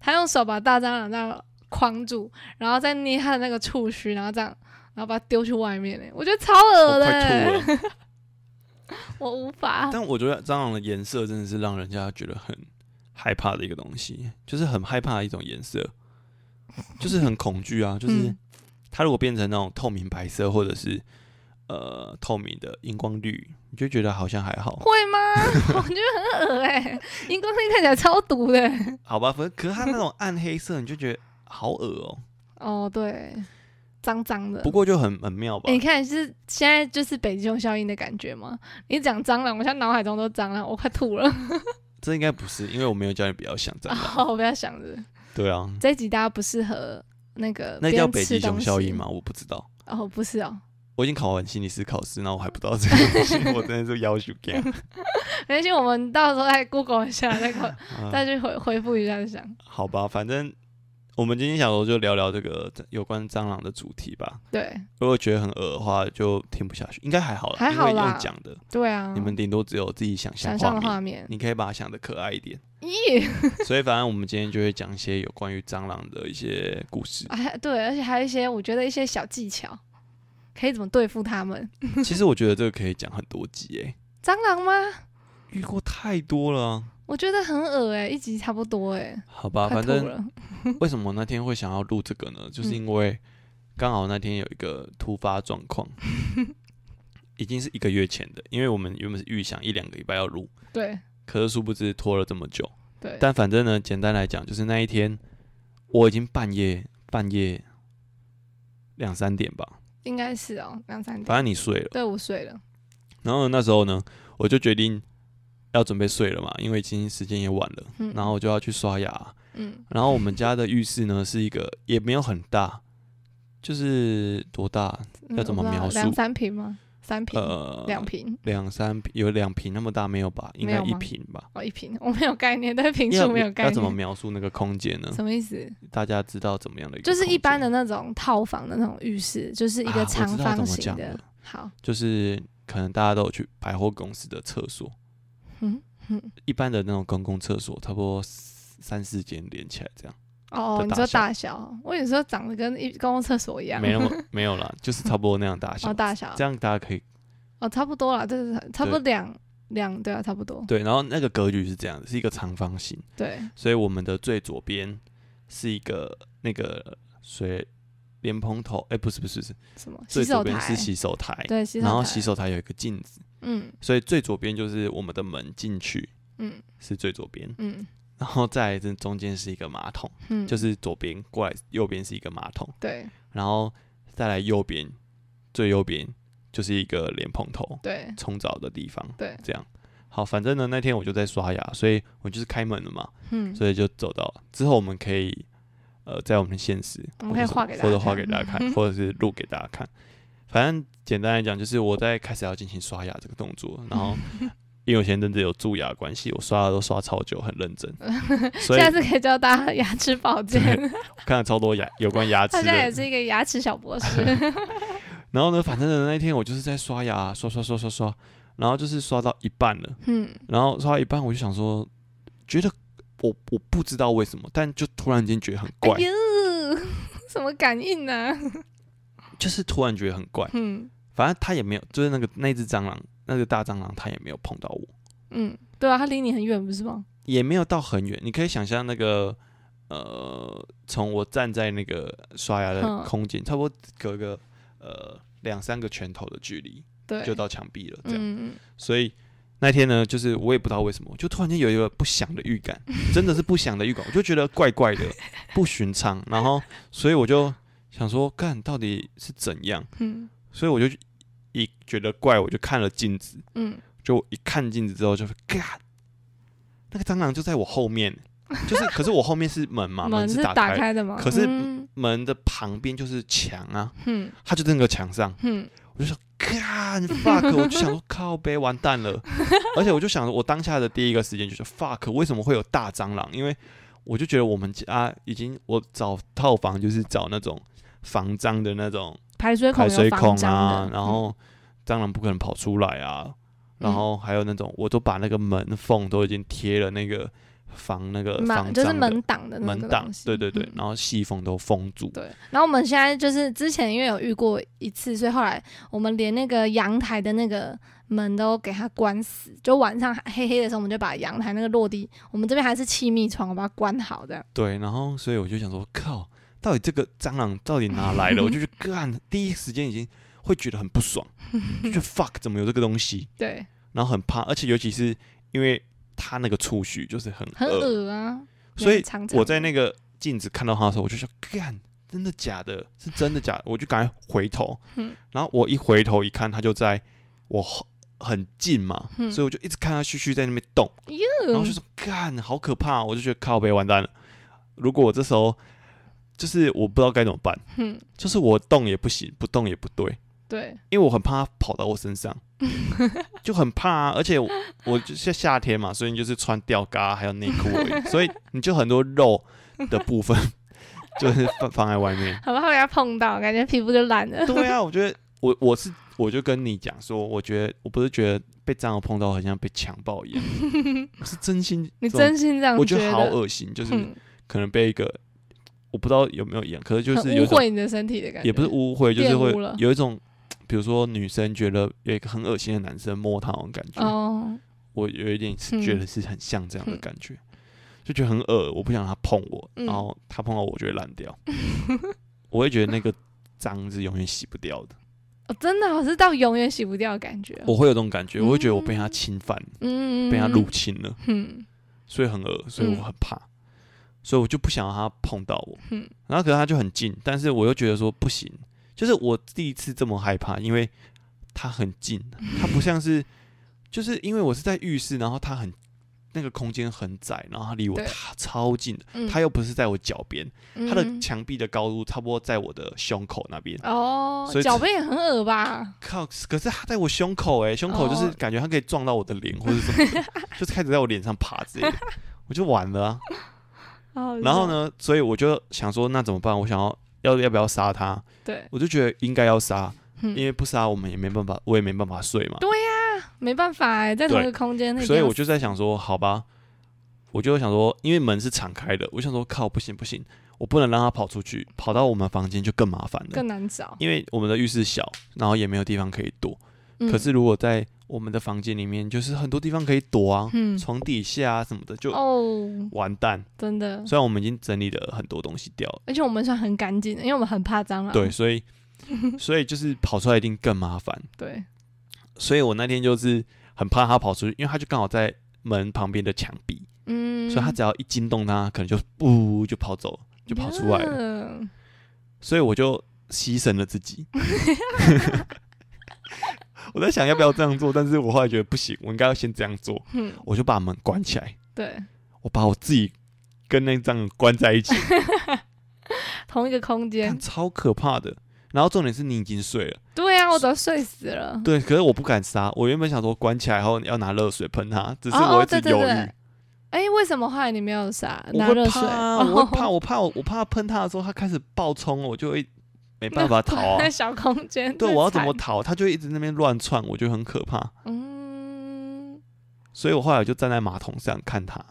Speaker 2: 他用手把大蟑螂这样框住，然后再捏他的那个触须，然后这样，然后把它丢去外面欸我觉得超恶
Speaker 1: 我
Speaker 2: 的
Speaker 1: 哦快
Speaker 2: 欸， [LAUGHS]
Speaker 1: 吐了。
Speaker 2: 我无法。
Speaker 1: 但我觉得蟑螂的颜色真的是让人家觉得很害怕的一个东西，就是很害怕的一种颜色，就是很恐惧啊。就是
Speaker 2: 嗯
Speaker 1: 它如果变成那种透明白色，或者是呃透明的荧光绿，你就觉得好像还好。
Speaker 2: 会吗？ [LAUGHS] 我觉得很恶哎、欸，荧光灯看起来超毒的欸、
Speaker 1: 好吧，反正可是它那种暗黑色，你就觉得好恶哦、
Speaker 2: 哦，对，脏脏的。
Speaker 1: 不过就很很妙吧
Speaker 2: 欸你？看，是现在就是北极熊效应的感觉吗？你讲蟑螂，我现在脑海中都蟑螂，我快吐了。
Speaker 1: 这应该不是，因为我没有叫你不要想
Speaker 2: [LAUGHS]
Speaker 1: 蟑螂。
Speaker 2: 哦，不要想着
Speaker 1: 对啊，
Speaker 2: 这一集大家不适合那个
Speaker 1: 那
Speaker 2: 边
Speaker 1: 叫北
Speaker 2: 呃吃
Speaker 1: 极熊
Speaker 2: 东
Speaker 1: 效
Speaker 2: 西
Speaker 1: 应？吗？我不知道。
Speaker 2: 哦，不是哦，
Speaker 1: 我已经考完心理师考试，那我还不知道这个东
Speaker 2: [LAUGHS]
Speaker 1: 西，我真的是要求干。
Speaker 2: 没关系，我们到时候再 Google 一下，
Speaker 1: [LAUGHS]
Speaker 2: 再考再
Speaker 1: 啊
Speaker 2: 去回回复一下就想。
Speaker 1: 好吧，反正我们今天想说就聊聊这个有关蟑螂的主题吧。
Speaker 2: 对
Speaker 1: 如果觉得很恶的话，就听不下去，应该还好啦，
Speaker 2: 还好
Speaker 1: 因为
Speaker 2: 啦
Speaker 1: 用讲的，
Speaker 2: 对啊，
Speaker 1: 你们顶多只有自己想象
Speaker 2: 想
Speaker 1: 画
Speaker 2: 象的
Speaker 1: 面，
Speaker 2: 画面，
Speaker 1: 你可以把它想的可爱一点。
Speaker 2: 咦，。
Speaker 1: 所以反正我们今天就会讲一些有关于蟑螂的一些故事
Speaker 2: 哎，对，而且还有一些我觉得一些小技巧，可以怎么对付它们？
Speaker 1: 其实我觉得这个可以讲很多集
Speaker 2: [LAUGHS]
Speaker 1: 诶、
Speaker 2: 蟑螂吗？
Speaker 1: 遇过太多了啊、
Speaker 2: 我觉得很恶哎、一集差不多哎、
Speaker 1: 好吧，
Speaker 2: 快
Speaker 1: 啊反
Speaker 2: 吐
Speaker 1: 正
Speaker 2: 了。
Speaker 1: 为什么那天会想要录这个呢？就是
Speaker 2: 嗯
Speaker 1: 因为刚好那天有一个突发状
Speaker 2: [LAUGHS]
Speaker 1: 况，已经是一个月前的，因为我们原本是预想一两个礼拜要录，
Speaker 2: 对
Speaker 1: 可是殊不知拖了这么久。
Speaker 2: 对，
Speaker 1: 但反正呢，简单来讲，就是那一天我已经半夜半夜两三点吧，
Speaker 2: 应该是哦，两三点。
Speaker 1: 反正你睡了。
Speaker 2: 对，我睡了。
Speaker 1: 然后那时候呢，我就决定要准备睡了嘛，因为已经时间也晚了，
Speaker 2: 嗯
Speaker 1: 然后我就要去刷牙。
Speaker 2: 嗯，
Speaker 1: 然后我们家的浴室呢是一个也没有很大，就是多大？
Speaker 2: 嗯
Speaker 1: 要怎
Speaker 2: 我
Speaker 1: 么
Speaker 2: 不知道
Speaker 1: 描述
Speaker 2: 两三瓶吗？三瓶、
Speaker 1: 呃，
Speaker 2: 两瓶
Speaker 1: 两三瓶有两瓶那么大没有吧？应
Speaker 2: 没
Speaker 1: 该
Speaker 2: 有
Speaker 1: 一
Speaker 2: 吗
Speaker 1: 瓶吧？
Speaker 2: 哦，一瓶，我没有概念，对瓶
Speaker 1: 要
Speaker 2: 数没有概
Speaker 1: 要怎么
Speaker 2: 念，
Speaker 1: 描述那个空间呢？
Speaker 2: 什么意思？
Speaker 1: 大家知道怎么样的一个
Speaker 2: 就是一
Speaker 1: 空
Speaker 2: 般
Speaker 1: 间
Speaker 2: 的那种套房的那种浴室，就是一
Speaker 1: 啊
Speaker 2: 个
Speaker 1: 我知道
Speaker 2: 长
Speaker 1: 怎么
Speaker 2: 方形
Speaker 1: 讲
Speaker 2: 的。
Speaker 1: 了
Speaker 2: 好，
Speaker 1: 就是可能大家都有去百货公司的厕所，
Speaker 2: 嗯嗯，
Speaker 1: 一般的那种公共厕所，差不多四三四间连起来这样，
Speaker 2: 哦，
Speaker 1: 的
Speaker 2: 你
Speaker 1: 大
Speaker 2: 说
Speaker 1: 小
Speaker 2: 大小，我有时候长得跟一公共厕所一样，
Speaker 1: 没那
Speaker 2: [LAUGHS]
Speaker 1: 么没有啦，就是差不多那样大小，
Speaker 2: 哦，大小
Speaker 1: 这，样大家可以
Speaker 2: 哦，差不多啦，对对对，差不多两两，对啊，差不多，
Speaker 1: 对。然后那个格局是这样的，是一个长方形，
Speaker 2: 对，
Speaker 1: 所以我们的最左边是一个那个水莲蓬头，哎、不是不是是，
Speaker 2: 什么洗
Speaker 1: 最左
Speaker 2: 手
Speaker 1: 边
Speaker 2: 台
Speaker 1: 是，洗手台，
Speaker 2: 对，洗手台，
Speaker 1: 然后洗，手台有一个镜子，
Speaker 2: 嗯
Speaker 1: 所以最左边就是我们的门进去
Speaker 2: 嗯
Speaker 1: 是最左边，
Speaker 2: 嗯
Speaker 1: 然后再来这中间是一个马桶，
Speaker 2: 嗯，
Speaker 1: 就是是左边过来，右边是一个马桶。
Speaker 2: 对
Speaker 1: 然后再来右边，最右边就是一个莲蓬头
Speaker 2: 对
Speaker 1: 冲澡的地方。
Speaker 2: 对，
Speaker 1: 这样好，反正呢那天我就在刷牙，所以我就是开门了嘛，
Speaker 2: 嗯，
Speaker 1: 所以就走到之后我们可以呃在我们的现实，
Speaker 2: 我们可以画给大家
Speaker 1: 或者画给大家看，
Speaker 2: [LAUGHS]
Speaker 1: 或者是录给大家看。反正简单来讲，就是我在开始要进行刷牙这个动作，然
Speaker 2: [LAUGHS] 嗯
Speaker 1: 后因为我前阵子有蛀牙的关系，我刷牙都刷超久，很认
Speaker 2: [LAUGHS]
Speaker 1: 真，所以
Speaker 2: 下次可以教大家牙齿保健，
Speaker 1: 看了超多牙有关牙齿
Speaker 2: [LAUGHS] 他
Speaker 1: 的
Speaker 2: 现在也是一个牙齿小博士，
Speaker 1: 然后呢，反正呢那一天我就是在刷牙，刷刷刷刷刷，然后就是刷到一半了，
Speaker 2: [LAUGHS] 嗯
Speaker 1: 然后刷到一半我就想说，觉得我我不知道为什么，但就突然间觉得很怪
Speaker 2: 哎，呦， [LAUGHS] 什么感应呢？
Speaker 1: 就是突然觉得很怪。
Speaker 2: 嗯
Speaker 1: 反正它也没有，就是那个那只蟑螂，那个大蟑螂它也没有碰到我，
Speaker 2: 嗯，对啊，他离你很远不是吗？
Speaker 1: 也没有到很远。你可以想象那个呃，从我站在那个刷牙的
Speaker 2: 嗯
Speaker 1: 空间，差不多隔个呃两三个拳头的距离
Speaker 2: 对，
Speaker 1: 就到墙壁了，这样。
Speaker 2: 嗯嗯
Speaker 1: 所以那天呢，就是我也不知道为什么，就突然间有一个不祥的预感，真的是不祥的预感，我就觉得怪怪的，不寻常。然后，所以我就想说，干到底是怎样？
Speaker 2: 嗯
Speaker 1: 所以我就一觉得怪，我就看了镜子，
Speaker 2: 嗯，
Speaker 1: 就一看镜子之后就干，那个蟑螂就在我后面，就是可是我后面是门
Speaker 2: [LAUGHS]
Speaker 1: 嘛，
Speaker 2: 门
Speaker 1: 是
Speaker 2: 是
Speaker 1: 打
Speaker 2: 打
Speaker 1: 开的。
Speaker 2: 开的吗？
Speaker 1: 可是
Speaker 2: 嗯
Speaker 1: 门的旁边就是墙啊，
Speaker 2: 哼
Speaker 1: 它就在那个墙上，
Speaker 2: 哼，
Speaker 1: 我就说干 fuck，我就想说靠背完蛋了， [LAUGHS] 而且我就想我当下的第一个时间就是 fuck，为什么会有大蟑螂？因为我就觉得我们家已经我找套房就是找那种防蟑的那种
Speaker 2: 排水孔
Speaker 1: 排
Speaker 2: 有
Speaker 1: 水
Speaker 2: 防
Speaker 1: 孔
Speaker 2: 蟑
Speaker 1: 啊
Speaker 2: 的，嗯
Speaker 1: 然后蟑螂不可能跑出来啊，然后还有那种我都把那个门缝都已经贴了那个防那个呃
Speaker 2: 嗯
Speaker 1: 防
Speaker 2: 门
Speaker 1: 蟑
Speaker 2: 就是
Speaker 1: 的
Speaker 2: 门挡的那
Speaker 1: 门
Speaker 2: 个
Speaker 1: 挡
Speaker 2: 东，西
Speaker 1: 对对对
Speaker 2: 嗯，
Speaker 1: 然后细缝都封住，
Speaker 2: 对，然后我们现在就是之前因为有遇过一次，所以后来我们连那个阳台的那个门都给它关死，就晚上黑黑的时候，我们就把阳台那个落地，我们这边还是气密窗，我把它关好这样。
Speaker 1: 对，然后所以我就想说，靠，到底这个蟑螂到底哪
Speaker 2: [LAUGHS]
Speaker 1: 来的？我就去干，第一时间已经会觉得很不爽，就觉得 fuck 怎么有这个东西，
Speaker 2: 对，
Speaker 1: 然后很怕，而且尤其是因为它那个触须就是很
Speaker 2: 很
Speaker 1: 恶，
Speaker 2: 恶啊。
Speaker 1: 呃所以
Speaker 2: 长长
Speaker 1: 我在那个镜子看到它的时候，我就说干，真的假的？是真的假的？我就赶快回头
Speaker 2: 嗯，
Speaker 1: 然后我一回头一看，它就在我后很近嘛，
Speaker 2: 嗯
Speaker 1: 所以我就一直看它嘘嘘在那边动。然后就
Speaker 2: 嗯
Speaker 1: 说干，好可怕！我就觉得靠北完蛋了。如果我这时候就是我不知道该怎么办，
Speaker 2: 嗯，
Speaker 1: 就是我动也不行，不动也不对，
Speaker 2: 对，
Speaker 1: 因为我很怕它跑到我身
Speaker 2: [LAUGHS]
Speaker 1: 上，就很怕啊。而且我我就是夏天嘛，所以你就是穿吊嘎还有内裤
Speaker 2: [LAUGHS]
Speaker 1: 而已，所以你就很多肉的部分 [LAUGHS] 就是放放在外面。
Speaker 2: 很怕被它碰到，感觉皮肤就烂了。 [LAUGHS]
Speaker 1: 对啊，我觉得我我是我就跟你讲说，我觉得我不是觉得被蟑螂碰到很像被强暴一
Speaker 2: [LAUGHS]
Speaker 1: 样，我是真心
Speaker 2: 你
Speaker 1: 这种
Speaker 2: 真心这样
Speaker 1: 我
Speaker 2: 觉
Speaker 1: 觉得好恶心，就是
Speaker 2: 嗯
Speaker 1: 可能被一个我不知道有没有一样，可是就
Speaker 2: 很
Speaker 1: 是
Speaker 2: 污
Speaker 1: 有一种
Speaker 2: 秽你的身体的感觉，
Speaker 1: 也不是污秽，就是
Speaker 2: 玷
Speaker 1: 会
Speaker 2: 污了
Speaker 1: 有一种，比如说女生觉得有一个很恶心的男生摸她那种感觉，
Speaker 2: 哦，
Speaker 1: 我有一点是觉
Speaker 2: 嗯
Speaker 1: 得是很像这样的
Speaker 2: 嗯
Speaker 1: 感觉，就觉得很恶，我不想他碰我，
Speaker 2: 嗯
Speaker 1: 然后他碰到我就会烂
Speaker 2: [LAUGHS]
Speaker 1: 掉，我会觉得那个脏是永远洗不掉的，
Speaker 2: 哦真的、哦、是到永远洗不掉的感觉哦。
Speaker 1: 我会有这种感觉，我会觉得我被他
Speaker 2: 嗯
Speaker 1: 侵犯，
Speaker 2: 嗯，
Speaker 1: 被他入侵了，
Speaker 2: 嗯，
Speaker 1: 所以很恶，所以我
Speaker 2: 嗯
Speaker 1: 很怕，所以我就不想让他碰到我。
Speaker 2: 嗯
Speaker 1: 然后可是他就很近，但是我又觉得说不行，就是我第一次这么害怕，因为他很近，他不像是，就是因为我是在浴室，然后他很那个空间很窄，然后它离我
Speaker 2: 对
Speaker 1: 它超近的，
Speaker 2: 嗯，
Speaker 1: 它又不是在我脚边，
Speaker 2: 嗯
Speaker 1: 它的墙壁的高度差不多在我的胸口那边。
Speaker 2: 哦
Speaker 1: 所，以
Speaker 2: 脚背也很恶吧？
Speaker 1: 靠！可是它在我胸口、欸，胸口就是
Speaker 2: 哦
Speaker 1: 感觉它可以撞到我的脸，或者什么的，
Speaker 2: [LAUGHS]
Speaker 1: 就是开始在我脸上爬之类的，我就完了啊。
Speaker 2: 哦，
Speaker 1: 然后呢，所以我就想说，那怎么办？我想要要要不要杀它？
Speaker 2: 对，
Speaker 1: 我就觉得应该要杀，
Speaker 2: 嗯
Speaker 1: 因为不杀我们也没办法，我也没办法睡嘛。
Speaker 2: 没办法哎，在同一
Speaker 1: 对
Speaker 2: 个空间，那一定
Speaker 1: 所以
Speaker 2: 要
Speaker 1: 我就在想说，好吧，我就想说，因为门是敞开的，我想说，靠，不行不行，我不能让它跑出去，跑到我们房间就更麻烦了。
Speaker 2: 更难找。
Speaker 1: 因为我们的浴室小，然后也没有地方可以躲。
Speaker 2: 嗯
Speaker 1: 可是如果在我们的房间里面，就是很多地方可以躲啊，
Speaker 2: 嗯，
Speaker 1: 床底下啊什么的，就
Speaker 2: 哦，
Speaker 1: 完蛋。
Speaker 2: 真的，
Speaker 1: 虽然我们已经整理了很多东西掉了，
Speaker 2: 而且我们算很干净的，因为我们很怕蟑螂。
Speaker 1: 对，所以所以就是跑出来一定更麻烦。
Speaker 2: 对，
Speaker 1: 所以我那天就是很怕它跑出去，因为它就刚好在门旁边的墙壁。
Speaker 2: 嗯，
Speaker 1: 所以他只要一惊动它，可能就不就跑走了，就跑出来
Speaker 2: 嗯
Speaker 1: 了。
Speaker 2: 了。
Speaker 1: 所以我就牺牲了自己。我在想要不要这样做，但是我后来觉得不行，我应该要先这样做。
Speaker 2: 嗯，
Speaker 1: 我就把门关起来，
Speaker 2: 对，
Speaker 1: 我把我自己跟那张关在一起，
Speaker 2: 同一个空间
Speaker 1: 但。超可怕的。然后重点是你已经睡了，
Speaker 2: 对啊，我早睡死了。
Speaker 1: 对，可是我不敢杀。我原本想说关起来后要拿热水喷它，只是
Speaker 2: 哦
Speaker 1: 我一
Speaker 2: 哦
Speaker 1: 直
Speaker 2: 对对
Speaker 1: 犹豫，
Speaker 2: 对哎，为什么后来你没有撒
Speaker 1: 我
Speaker 2: 拿热
Speaker 1: 会
Speaker 2: 水？
Speaker 1: 怕啊，
Speaker 2: 哦
Speaker 1: 我会怕，我怕我我怕喷它的时候它开始爆冲，我就会没办法逃啊。
Speaker 2: [LAUGHS] 那小空间。
Speaker 1: 对，
Speaker 2: 最
Speaker 1: 我要怎么
Speaker 2: 惨？
Speaker 1: 逃？他就一直在那边乱窜，我觉得很可怕。
Speaker 2: 嗯，
Speaker 1: 所以我后来就站在马桶上看他，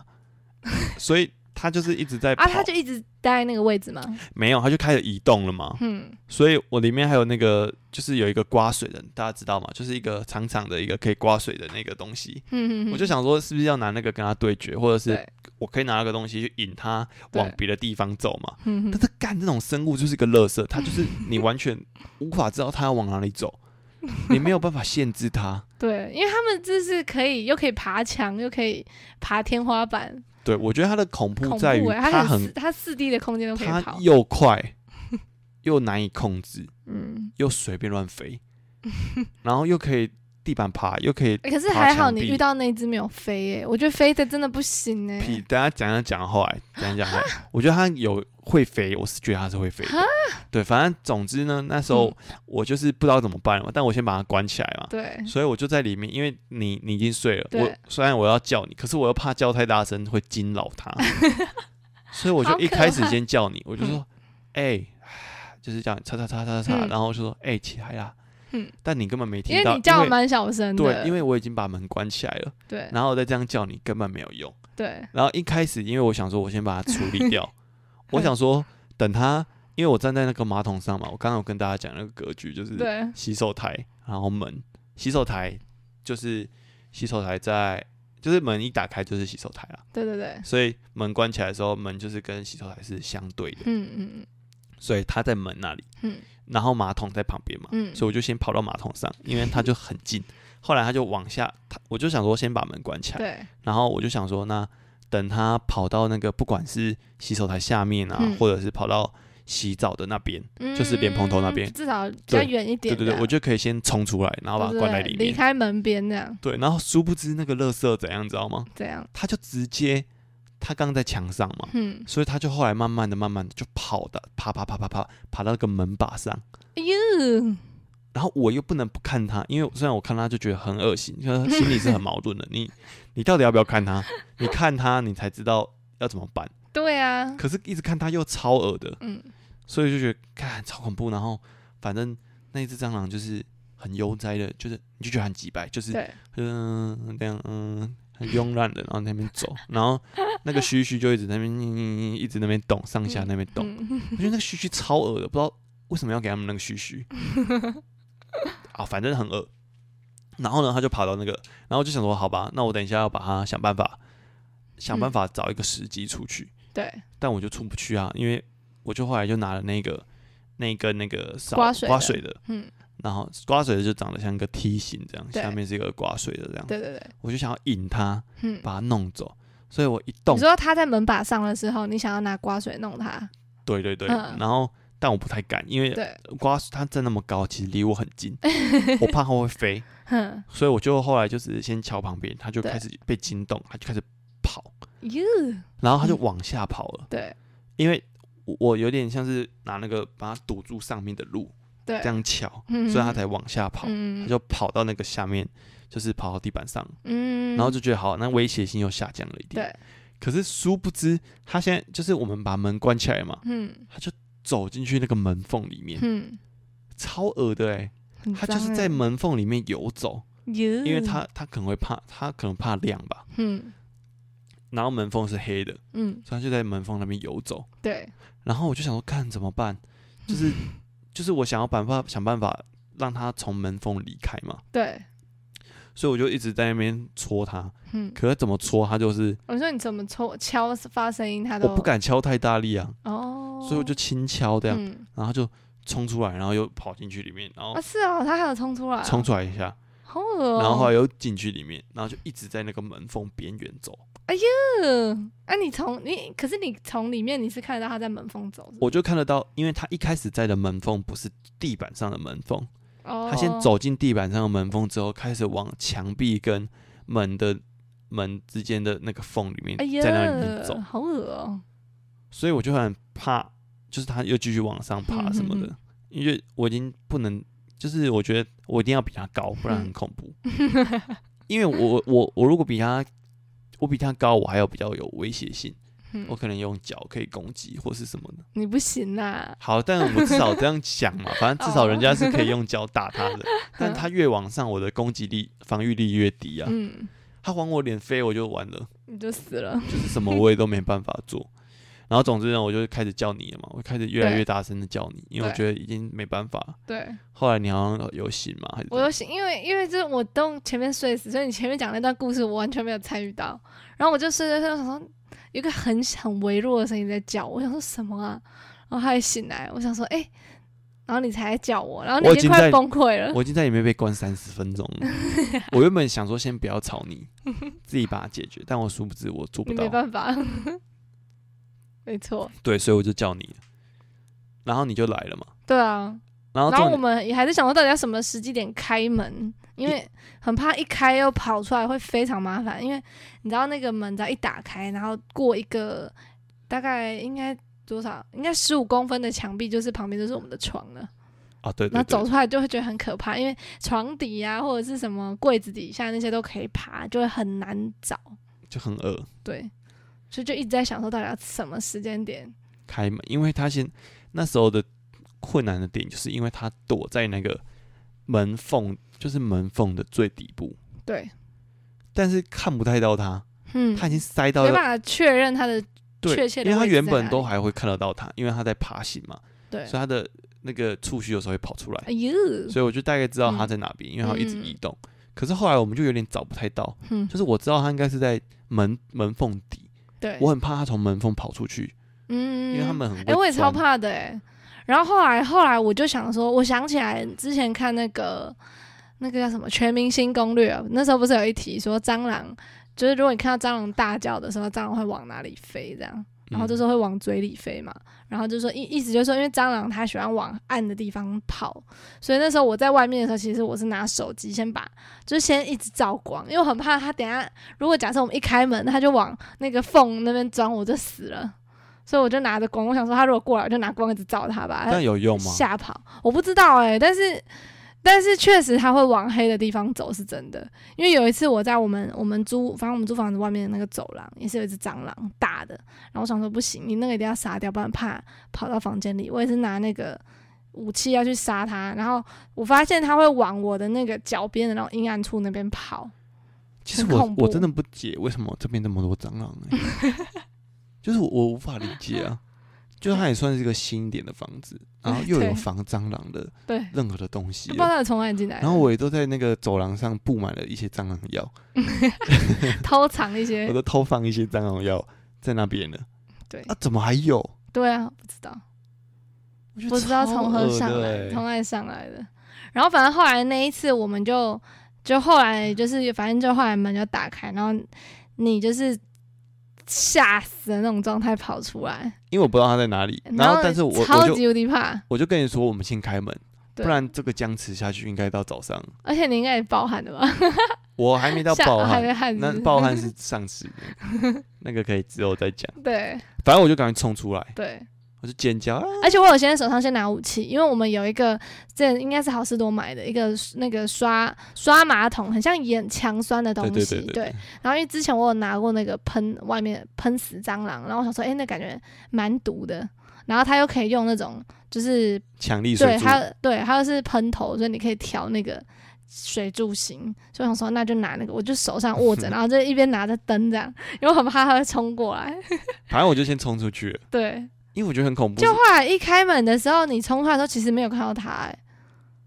Speaker 2: [LAUGHS]
Speaker 1: 所以他就是一直在跑，
Speaker 2: 啊，他就一直待在那个位置嘛。
Speaker 1: 没有，他就开始移动了嘛。
Speaker 2: 嗯，
Speaker 1: 所以我里面还有那个，就是有一个刮水的，大家知道吗？就是一个长长的一个可以刮水的那个东西。
Speaker 2: 嗯嗯嗯
Speaker 1: 我就想说，是不是要拿那个跟他对决，或者是
Speaker 2: 对
Speaker 1: 我可以拿那个东西去引他往
Speaker 2: 对
Speaker 1: 别的地方走嘛？
Speaker 2: 嗯
Speaker 1: 但是干这种生物就是一个垃圾，它
Speaker 2: [LAUGHS]
Speaker 1: 就是你完全无法知道它要往哪里走，你没有办法限制它。
Speaker 2: [LAUGHS] 对，因为他们就是可以又可以爬墙，又可以爬天花板，
Speaker 1: 对，我觉得它的恐
Speaker 2: 恐
Speaker 1: 怖
Speaker 2: 怖
Speaker 1: 在于
Speaker 2: 哎、
Speaker 1: 它
Speaker 2: 很四
Speaker 1: 很，
Speaker 2: 它四 D 的空间都可以
Speaker 1: 它
Speaker 2: 跑，
Speaker 1: 又
Speaker 2: [LAUGHS]
Speaker 1: 快，又难以控制，
Speaker 2: 嗯、
Speaker 1: 又随便乱
Speaker 2: [LAUGHS]
Speaker 1: 飞，然后又可以地板爬，又可以
Speaker 2: 欸可是
Speaker 1: 爬
Speaker 2: 还好
Speaker 1: 墙
Speaker 2: 你
Speaker 1: 壁
Speaker 2: 遇到那只没有飞哎、我觉得飞的真的不行哎、
Speaker 1: 屁。大家讲讲讲后来，讲讲后来，
Speaker 2: [LAUGHS]
Speaker 1: 我觉得它有会飞，我是觉得它是会飞的
Speaker 2: 哈。嗯
Speaker 1: 对，反正总之呢，那时候我就是不知道怎么办嘛，但我先把它关起来嘛。
Speaker 2: 对，
Speaker 1: 所以我就在里面，因为你你已经睡了，
Speaker 2: 嗯对
Speaker 1: 我虽然我要叫你，可是我又怕叫太大声会惊扰
Speaker 2: [LAUGHS]
Speaker 1: 他，所以我就
Speaker 2: 好
Speaker 1: 一
Speaker 2: 可
Speaker 1: 开始
Speaker 2: 怕
Speaker 1: 先叫你，我就说，哎、就是叫你叉叉叉叉叉，
Speaker 2: 嗯
Speaker 1: 然后就说，哎、起来啦，
Speaker 2: 嗯
Speaker 1: 但你根本没
Speaker 2: 因
Speaker 1: 听
Speaker 2: 为
Speaker 1: 到，
Speaker 2: 你叫蛮小声的，
Speaker 1: 对，因为我已经把门关起来了，
Speaker 2: 对嗯
Speaker 1: 然后我再这样叫你根本没有用，
Speaker 2: 对
Speaker 1: 然后一开始因为我想说我先把它处理
Speaker 2: [LAUGHS]
Speaker 1: 掉，我想说等他，因为我站在那个马桶上嘛，我刚刚有跟大家讲那个格局就是
Speaker 2: 对，
Speaker 1: 洗手台，
Speaker 2: 嗯
Speaker 1: 然后门，洗手台就是洗手台在，就是门一打开就是洗手台啦，
Speaker 2: 对对对，
Speaker 1: 所以门关起来的时候，门就是跟洗手台是相对的，
Speaker 2: 嗯嗯
Speaker 1: 所以它在门那里，
Speaker 2: 嗯
Speaker 1: 然后马桶在旁边嘛，
Speaker 2: 嗯
Speaker 1: 所以我就先跑到马桶上，因为它就很近，后来它就往下，它我就想说先把门关起来，
Speaker 2: 嗯，对，
Speaker 1: 然后我就想说那等它跑到那个不管是洗手台下面啊，
Speaker 2: 嗯
Speaker 1: 或者是跑到洗澡的那边，就是莲蓬头那边
Speaker 2: 嗯至少比较远一
Speaker 1: 对
Speaker 2: 点这
Speaker 1: 对
Speaker 2: 样，
Speaker 1: 对，我就可以先冲出来，然后把它
Speaker 2: 对
Speaker 1: 关在
Speaker 2: 对
Speaker 1: 里
Speaker 2: 离
Speaker 1: 面。
Speaker 2: 开门边那样
Speaker 1: 对，然后殊不知那个垃圾怎样，你知道吗？
Speaker 2: 这样，
Speaker 1: 他就直接，他刚在墙上嘛，
Speaker 2: 嗯，
Speaker 1: 所以他就后来慢慢的、慢慢的就跑的，爬爬爬爬爬，爬到那个门把上。
Speaker 2: 哎呦，
Speaker 1: 然后我又不能不看他，因为虽然我看他就觉得很恶心，可是心里是很矛盾的。你你到底要不要看他？你看他，你才知道要怎么办。
Speaker 2: 对啊，
Speaker 1: 可是一直看他又超恶的，
Speaker 2: 嗯，
Speaker 1: 所以就觉得看超恐怖。然后反正那一只蟑螂就是很悠哉的，就是你就觉得很鸡掰，就是
Speaker 2: 对，
Speaker 1: 嗯，这样，嗯，很慵懒的，然后在那边走， [LAUGHS] 然后那个须须就一直在那边，嗯嗯嗯一直那边动，上下那边动。
Speaker 2: 嗯， [LAUGHS]
Speaker 1: 我觉得那个须须超恶的，不知道为什么要给他们那个须须啊，反正很恶。然后呢，他就跑到那个，然后我就想说，好吧，那我等一下要把它想办法，想办
Speaker 2: 嗯
Speaker 1: 法找一个时机出去，
Speaker 2: 对，
Speaker 1: 但我就出不去啊，因为我就后来就拿了那个那个那个扫
Speaker 2: 刮水的
Speaker 1: 刮水的，
Speaker 2: 嗯，
Speaker 1: 然后刮水的就长得像一个梯形这样，
Speaker 2: 对
Speaker 1: 下面是一个刮水的这样。
Speaker 2: 对对对，
Speaker 1: 我就想要引它，
Speaker 2: 嗯。
Speaker 1: 把它弄走。所以我一动
Speaker 2: 你，说他在门把上的时候，你想要拿刮水弄他，
Speaker 1: 对对对，
Speaker 2: 嗯
Speaker 1: 然后但我不太敢，因为
Speaker 2: 对，
Speaker 1: 瓜它站那么高，其实离我很
Speaker 2: [LAUGHS]
Speaker 1: 近，我怕它会飞，
Speaker 2: 哼，
Speaker 1: 所以我就后来就只是先敲旁边，它就
Speaker 2: 对
Speaker 1: 开始被惊动，它就开始跑，
Speaker 2: 哟，
Speaker 1: 然后他就往下跑了，
Speaker 2: 对
Speaker 1: 因为我我有点像是拿那个把它堵住上面的路，
Speaker 2: 对，
Speaker 1: 这样撬，
Speaker 2: 嗯，嗯，
Speaker 1: 所以他才往下跑，
Speaker 2: 嗯，
Speaker 1: 他
Speaker 2: 嗯，
Speaker 1: 就跑到那个下面，就是跑到地板上，
Speaker 2: 嗯，
Speaker 1: 然后就觉得好，那威胁性又下降了一点。
Speaker 2: 对，
Speaker 1: 可是殊不知，他现在就是我们把门关起来嘛，
Speaker 2: 嗯
Speaker 1: 他就走进去那个门缝里面，
Speaker 2: 嗯，
Speaker 1: 超恶的哎、
Speaker 2: 很
Speaker 1: 他就是
Speaker 2: 脏
Speaker 1: 在
Speaker 2: 欸，嗯
Speaker 1: 门缝里面游走，
Speaker 2: 因
Speaker 1: 因为他他可能会怕，他可能怕亮吧。
Speaker 2: 嗯
Speaker 1: 然后门缝是黑的，
Speaker 2: 嗯，
Speaker 1: 所以他就在门缝那边游走。
Speaker 2: 对，
Speaker 1: 然后我就想说，看怎么办？就是
Speaker 2: [LAUGHS]
Speaker 1: 就是我想要办法想办法让他从门缝离开嘛，
Speaker 2: 对，
Speaker 1: 所以我就一直在那边戳他。
Speaker 2: 嗯，
Speaker 1: 可是怎么戳他就是
Speaker 2: 我说你怎么抽敲发声音，他都
Speaker 1: 我不敢敲太大力啊，
Speaker 2: 哦，
Speaker 1: 所以我就轻敲这
Speaker 2: 这
Speaker 1: 样，
Speaker 2: 样
Speaker 1: 然后就冲出来，然后又跑进去里面，然后
Speaker 2: 啊，是哦，他还有冲出来哦，
Speaker 1: 冲出来一下，
Speaker 2: 好恶哦，
Speaker 1: 然后后来又进去里面，然后就一直在那个门缝边缘走。
Speaker 2: 嗯，啊，你从你可是你从里面你是看得到他在门缝走是不
Speaker 1: 我就看得到，因为他一开始在的门缝不是地板上的门缝，
Speaker 2: 是，哦，
Speaker 1: 他先走进地板上的门缝之后，开始往墙壁跟门的门之间的那个缝里面，
Speaker 2: 哎呀，
Speaker 1: 在那里面走，
Speaker 2: 好恶哦，
Speaker 1: 所以我就很怕，就是他又继续往上爬什么的，
Speaker 2: 嗯
Speaker 1: 因为我已经不能，就是我觉得我一定要比他高，不然
Speaker 2: 嗯
Speaker 1: 很恐
Speaker 2: [LAUGHS]
Speaker 1: 怖。因为我我我如果比他，我比他高，我还要比较有威胁性，
Speaker 2: 嗯
Speaker 1: 我可能用脚可以攻击或是什么的。
Speaker 2: 你不行呐，
Speaker 1: 好，但我至少这样想嘛，反正至少人家是可以用脚打他
Speaker 2: 哦
Speaker 1: 的， [LAUGHS] 但他越往上，我的攻击力、防御力越低啊。
Speaker 2: 嗯，
Speaker 1: 他往我脸飞，我就完了，
Speaker 2: 你就死了，
Speaker 1: 就是什么我也都没办法做。然后总之呢，我就开始叫你了嘛，我开始越来
Speaker 2: 对
Speaker 1: 越大声的叫你，因为我
Speaker 2: 对
Speaker 1: 觉得已经没办法。
Speaker 2: 对
Speaker 1: 后来你好像有醒嘛，还是怎
Speaker 2: [LAUGHS] 我
Speaker 1: 样
Speaker 2: 有醒，因为因为就是我都前面睡死，所以你前面讲那段故事我完全没有参与到，然后我就睡睡睡，我想说有一个很很微弱的声音在叫我，我想说什么啊，然后他也醒来，我想说哎、然后你才来叫我，然后你
Speaker 1: 我已
Speaker 2: 已经
Speaker 1: 经
Speaker 2: 快
Speaker 1: 在
Speaker 2: 崩溃了，
Speaker 1: 我已经在里面被关三十分钟
Speaker 2: [LAUGHS]
Speaker 1: 了。我原本想说先不要吵你，自己把它解决，但我殊不知我做不
Speaker 2: 你
Speaker 1: 到
Speaker 2: 没。
Speaker 1: [LAUGHS]
Speaker 2: 办法，没错，
Speaker 1: 对，所以我就叫你了，然后你就来了嘛。
Speaker 2: 对啊，
Speaker 1: 然后
Speaker 2: 然
Speaker 1: 重
Speaker 2: 后我
Speaker 1: 点
Speaker 2: 们也还在想说到底要什么时机点开门，因为很怕一开又跑出来会非常麻烦，因为你知道那个门只要一打开，然后过一个大概应该多少，应该十五公分的墙壁，就是旁边就是我们的床了，
Speaker 1: 啊，对对
Speaker 2: 然后
Speaker 1: 对
Speaker 2: 走，出来就会觉得很可怕，因为床底呀、或者是什么柜子底下那些都可以爬，就会很难找，
Speaker 1: 就很饿。
Speaker 2: 对，所以就一直在想说到底要什么时间点，
Speaker 1: 开门，因为他先那时候的困难的点，就是因为他躲在那个门缝，就是门缝的最底部，
Speaker 2: 对，
Speaker 1: 但是看不太到他，
Speaker 2: 嗯，
Speaker 1: 他已经塞到
Speaker 2: 没
Speaker 1: 了，
Speaker 2: 办法确认他的
Speaker 1: 对，
Speaker 2: 确切
Speaker 1: 因
Speaker 2: 的
Speaker 1: 为他
Speaker 2: 位置
Speaker 1: 原
Speaker 2: 在
Speaker 1: 本
Speaker 2: 哪
Speaker 1: 都
Speaker 2: 里
Speaker 1: 还会看得到他，因为他在爬行嘛，
Speaker 2: 对
Speaker 1: 所以，他的那个触须有时候会跑出来
Speaker 2: 哎，呦，
Speaker 1: 所以我就大概知道他
Speaker 2: 嗯
Speaker 1: 在哪边，因为他一直
Speaker 2: 嗯
Speaker 1: 移动。可是后来我们就有点找不太到，
Speaker 2: 嗯
Speaker 1: 就，是我知道他应该是在门门缝底，
Speaker 2: 对，
Speaker 1: 我很怕他从门缝跑出去，
Speaker 2: 嗯，
Speaker 1: 因为他们很
Speaker 2: 哎、我也超
Speaker 1: 钻
Speaker 2: 怕的哎、然后后来后来我就想说，我想起来之前看那个那个叫什么《全明星攻略》，那时候不是有一题说蟑螂，就是如果你看到蟑螂大叫的时候，蟑螂会往哪里飞这样？然后就
Speaker 1: 嗯
Speaker 2: 说会往嘴里飞嘛，然后就说意意思就是说，因为蟑螂它喜欢往暗的地方跑，所以那时候我在外面的时候，其实我是拿手机先把，就是先一直照光，因为我很怕它等一下如果假设我们一开门，它就往那个缝那边钻，我就死了。所以我就拿着光，我想说它如果过来，我就拿光一直照它吧，
Speaker 1: 但有用吗？
Speaker 2: 哎吓跑。我不知道哎、但是但是确实它会往黑的地方走是真的，因为有一次我在我们我们租，反正我们租房子外面的那个走廊也是有一只蟑螂大的，然后我想说不行，你那个一定要杀掉，不然怕跑到房间里。我也是拿那个。武器要去杀它，然后我发现它会往我的那个脚边的那种阴暗处那边跑，
Speaker 1: 其实
Speaker 2: 很
Speaker 1: 我
Speaker 2: 恐
Speaker 1: 我真
Speaker 2: 怖
Speaker 1: 的不解为什么这边那么多蟑螂、
Speaker 2: [LAUGHS]
Speaker 1: 欸，就是我我无法理解啊。就它也算是一个新一点的房子，然后又有
Speaker 2: 对
Speaker 1: 防蟑螂的
Speaker 2: 对，
Speaker 1: 任何的东西
Speaker 2: 就嗯不知道
Speaker 1: 了，
Speaker 2: 它从哪里进来的，
Speaker 1: [LAUGHS] 然后我也都在那个走廊上布满了一些蟑螂药，
Speaker 2: 偷藏一些
Speaker 1: 我，都偷放一些蟑螂药在那边了。
Speaker 2: 对
Speaker 1: 啊，怎么还有？
Speaker 2: 对啊，不知道，
Speaker 1: 我觉得
Speaker 2: 不知道
Speaker 1: 超
Speaker 2: 从何
Speaker 1: 恶
Speaker 2: 上
Speaker 1: 的
Speaker 2: 来，
Speaker 1: 欸
Speaker 2: 从哪里上来的。然后反正后来那一次，我们就就后来就是反正就后来门就打开，然后你就是吓死的那种状态跑出来，
Speaker 1: 因为我不知道它在哪里。
Speaker 2: 然
Speaker 1: 然后，但是我我
Speaker 2: 超
Speaker 1: 就
Speaker 2: 级无敌怕，
Speaker 1: 我就跟你说，我们先开门，不
Speaker 2: 对
Speaker 1: 然这个僵持下去应该到早上。
Speaker 2: 而且你应该也暴汗的吧？
Speaker 1: 我还没到
Speaker 2: 下
Speaker 1: 暴
Speaker 2: 还
Speaker 1: 汗，
Speaker 2: 没汗
Speaker 1: 那
Speaker 2: 是
Speaker 1: 暴汗是上次的
Speaker 2: [LAUGHS]
Speaker 1: 那个可以之后再讲。
Speaker 2: 对
Speaker 1: 反正我就赶快冲出来，
Speaker 2: 对，
Speaker 1: 我就尖叫啊！
Speaker 2: [LAUGHS] 而且我有先手上先拿武器，因为我们有一个这应该是好事多买的一个那个刷刷马桶，很像眼强酸的东
Speaker 1: 对
Speaker 2: 西，
Speaker 1: 对对对对
Speaker 2: 然后因为之前我有拿过那个喷外面喷死蟑螂，然后我想说，哎、那感觉蛮毒的。然后它又可以用那种，就是
Speaker 1: 强力水
Speaker 2: 对
Speaker 1: 柱，
Speaker 2: 它对它又是喷头，所以你可以调那个水柱型。所以我想说，那就拿那个，我就手上
Speaker 1: [LAUGHS]
Speaker 2: 握着，然后就一边拿着灯这样，因为我很怕它会冲过来。
Speaker 1: 反正我就先冲出去了，
Speaker 2: 对，
Speaker 1: 因为我觉得很恐怖。
Speaker 2: 就后来一开门的时候，你冲出来的时候其实没有看到它、哎。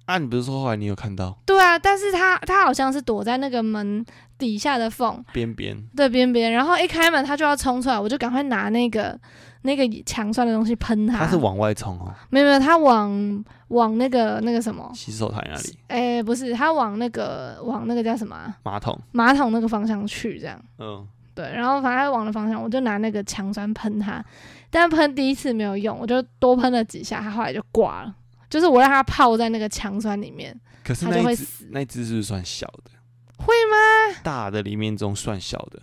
Speaker 1: 啊，你不是说后来你有看到
Speaker 2: 对啊，但是它它好像是躲在那个门底下的缝，
Speaker 1: 边边？
Speaker 2: 对边边，然后一开门他就要冲出来，我就赶快拿那个 [LAUGHS] 那个强酸的东西喷他。
Speaker 1: 它是往外冲哦，
Speaker 2: 没有没有，他往往那个那个什么，
Speaker 1: 洗手台那里，
Speaker 2: 哎、不是，他往那个往那个叫什么啊、
Speaker 1: 马桶，
Speaker 2: 马桶那个方向去，这样
Speaker 1: 嗯，
Speaker 2: 对。然后反正他往的方向，我就拿那个强酸喷他，但喷第一次没有用，我就多喷了几下，他后来就挂了。就是我让他泡在那个强酸里面，
Speaker 1: 可是
Speaker 2: 他
Speaker 1: 那
Speaker 2: 就会
Speaker 1: 一只
Speaker 2: 死，
Speaker 1: 那一只是不是算小的，
Speaker 2: 会吗？
Speaker 1: 大的里面中算小的。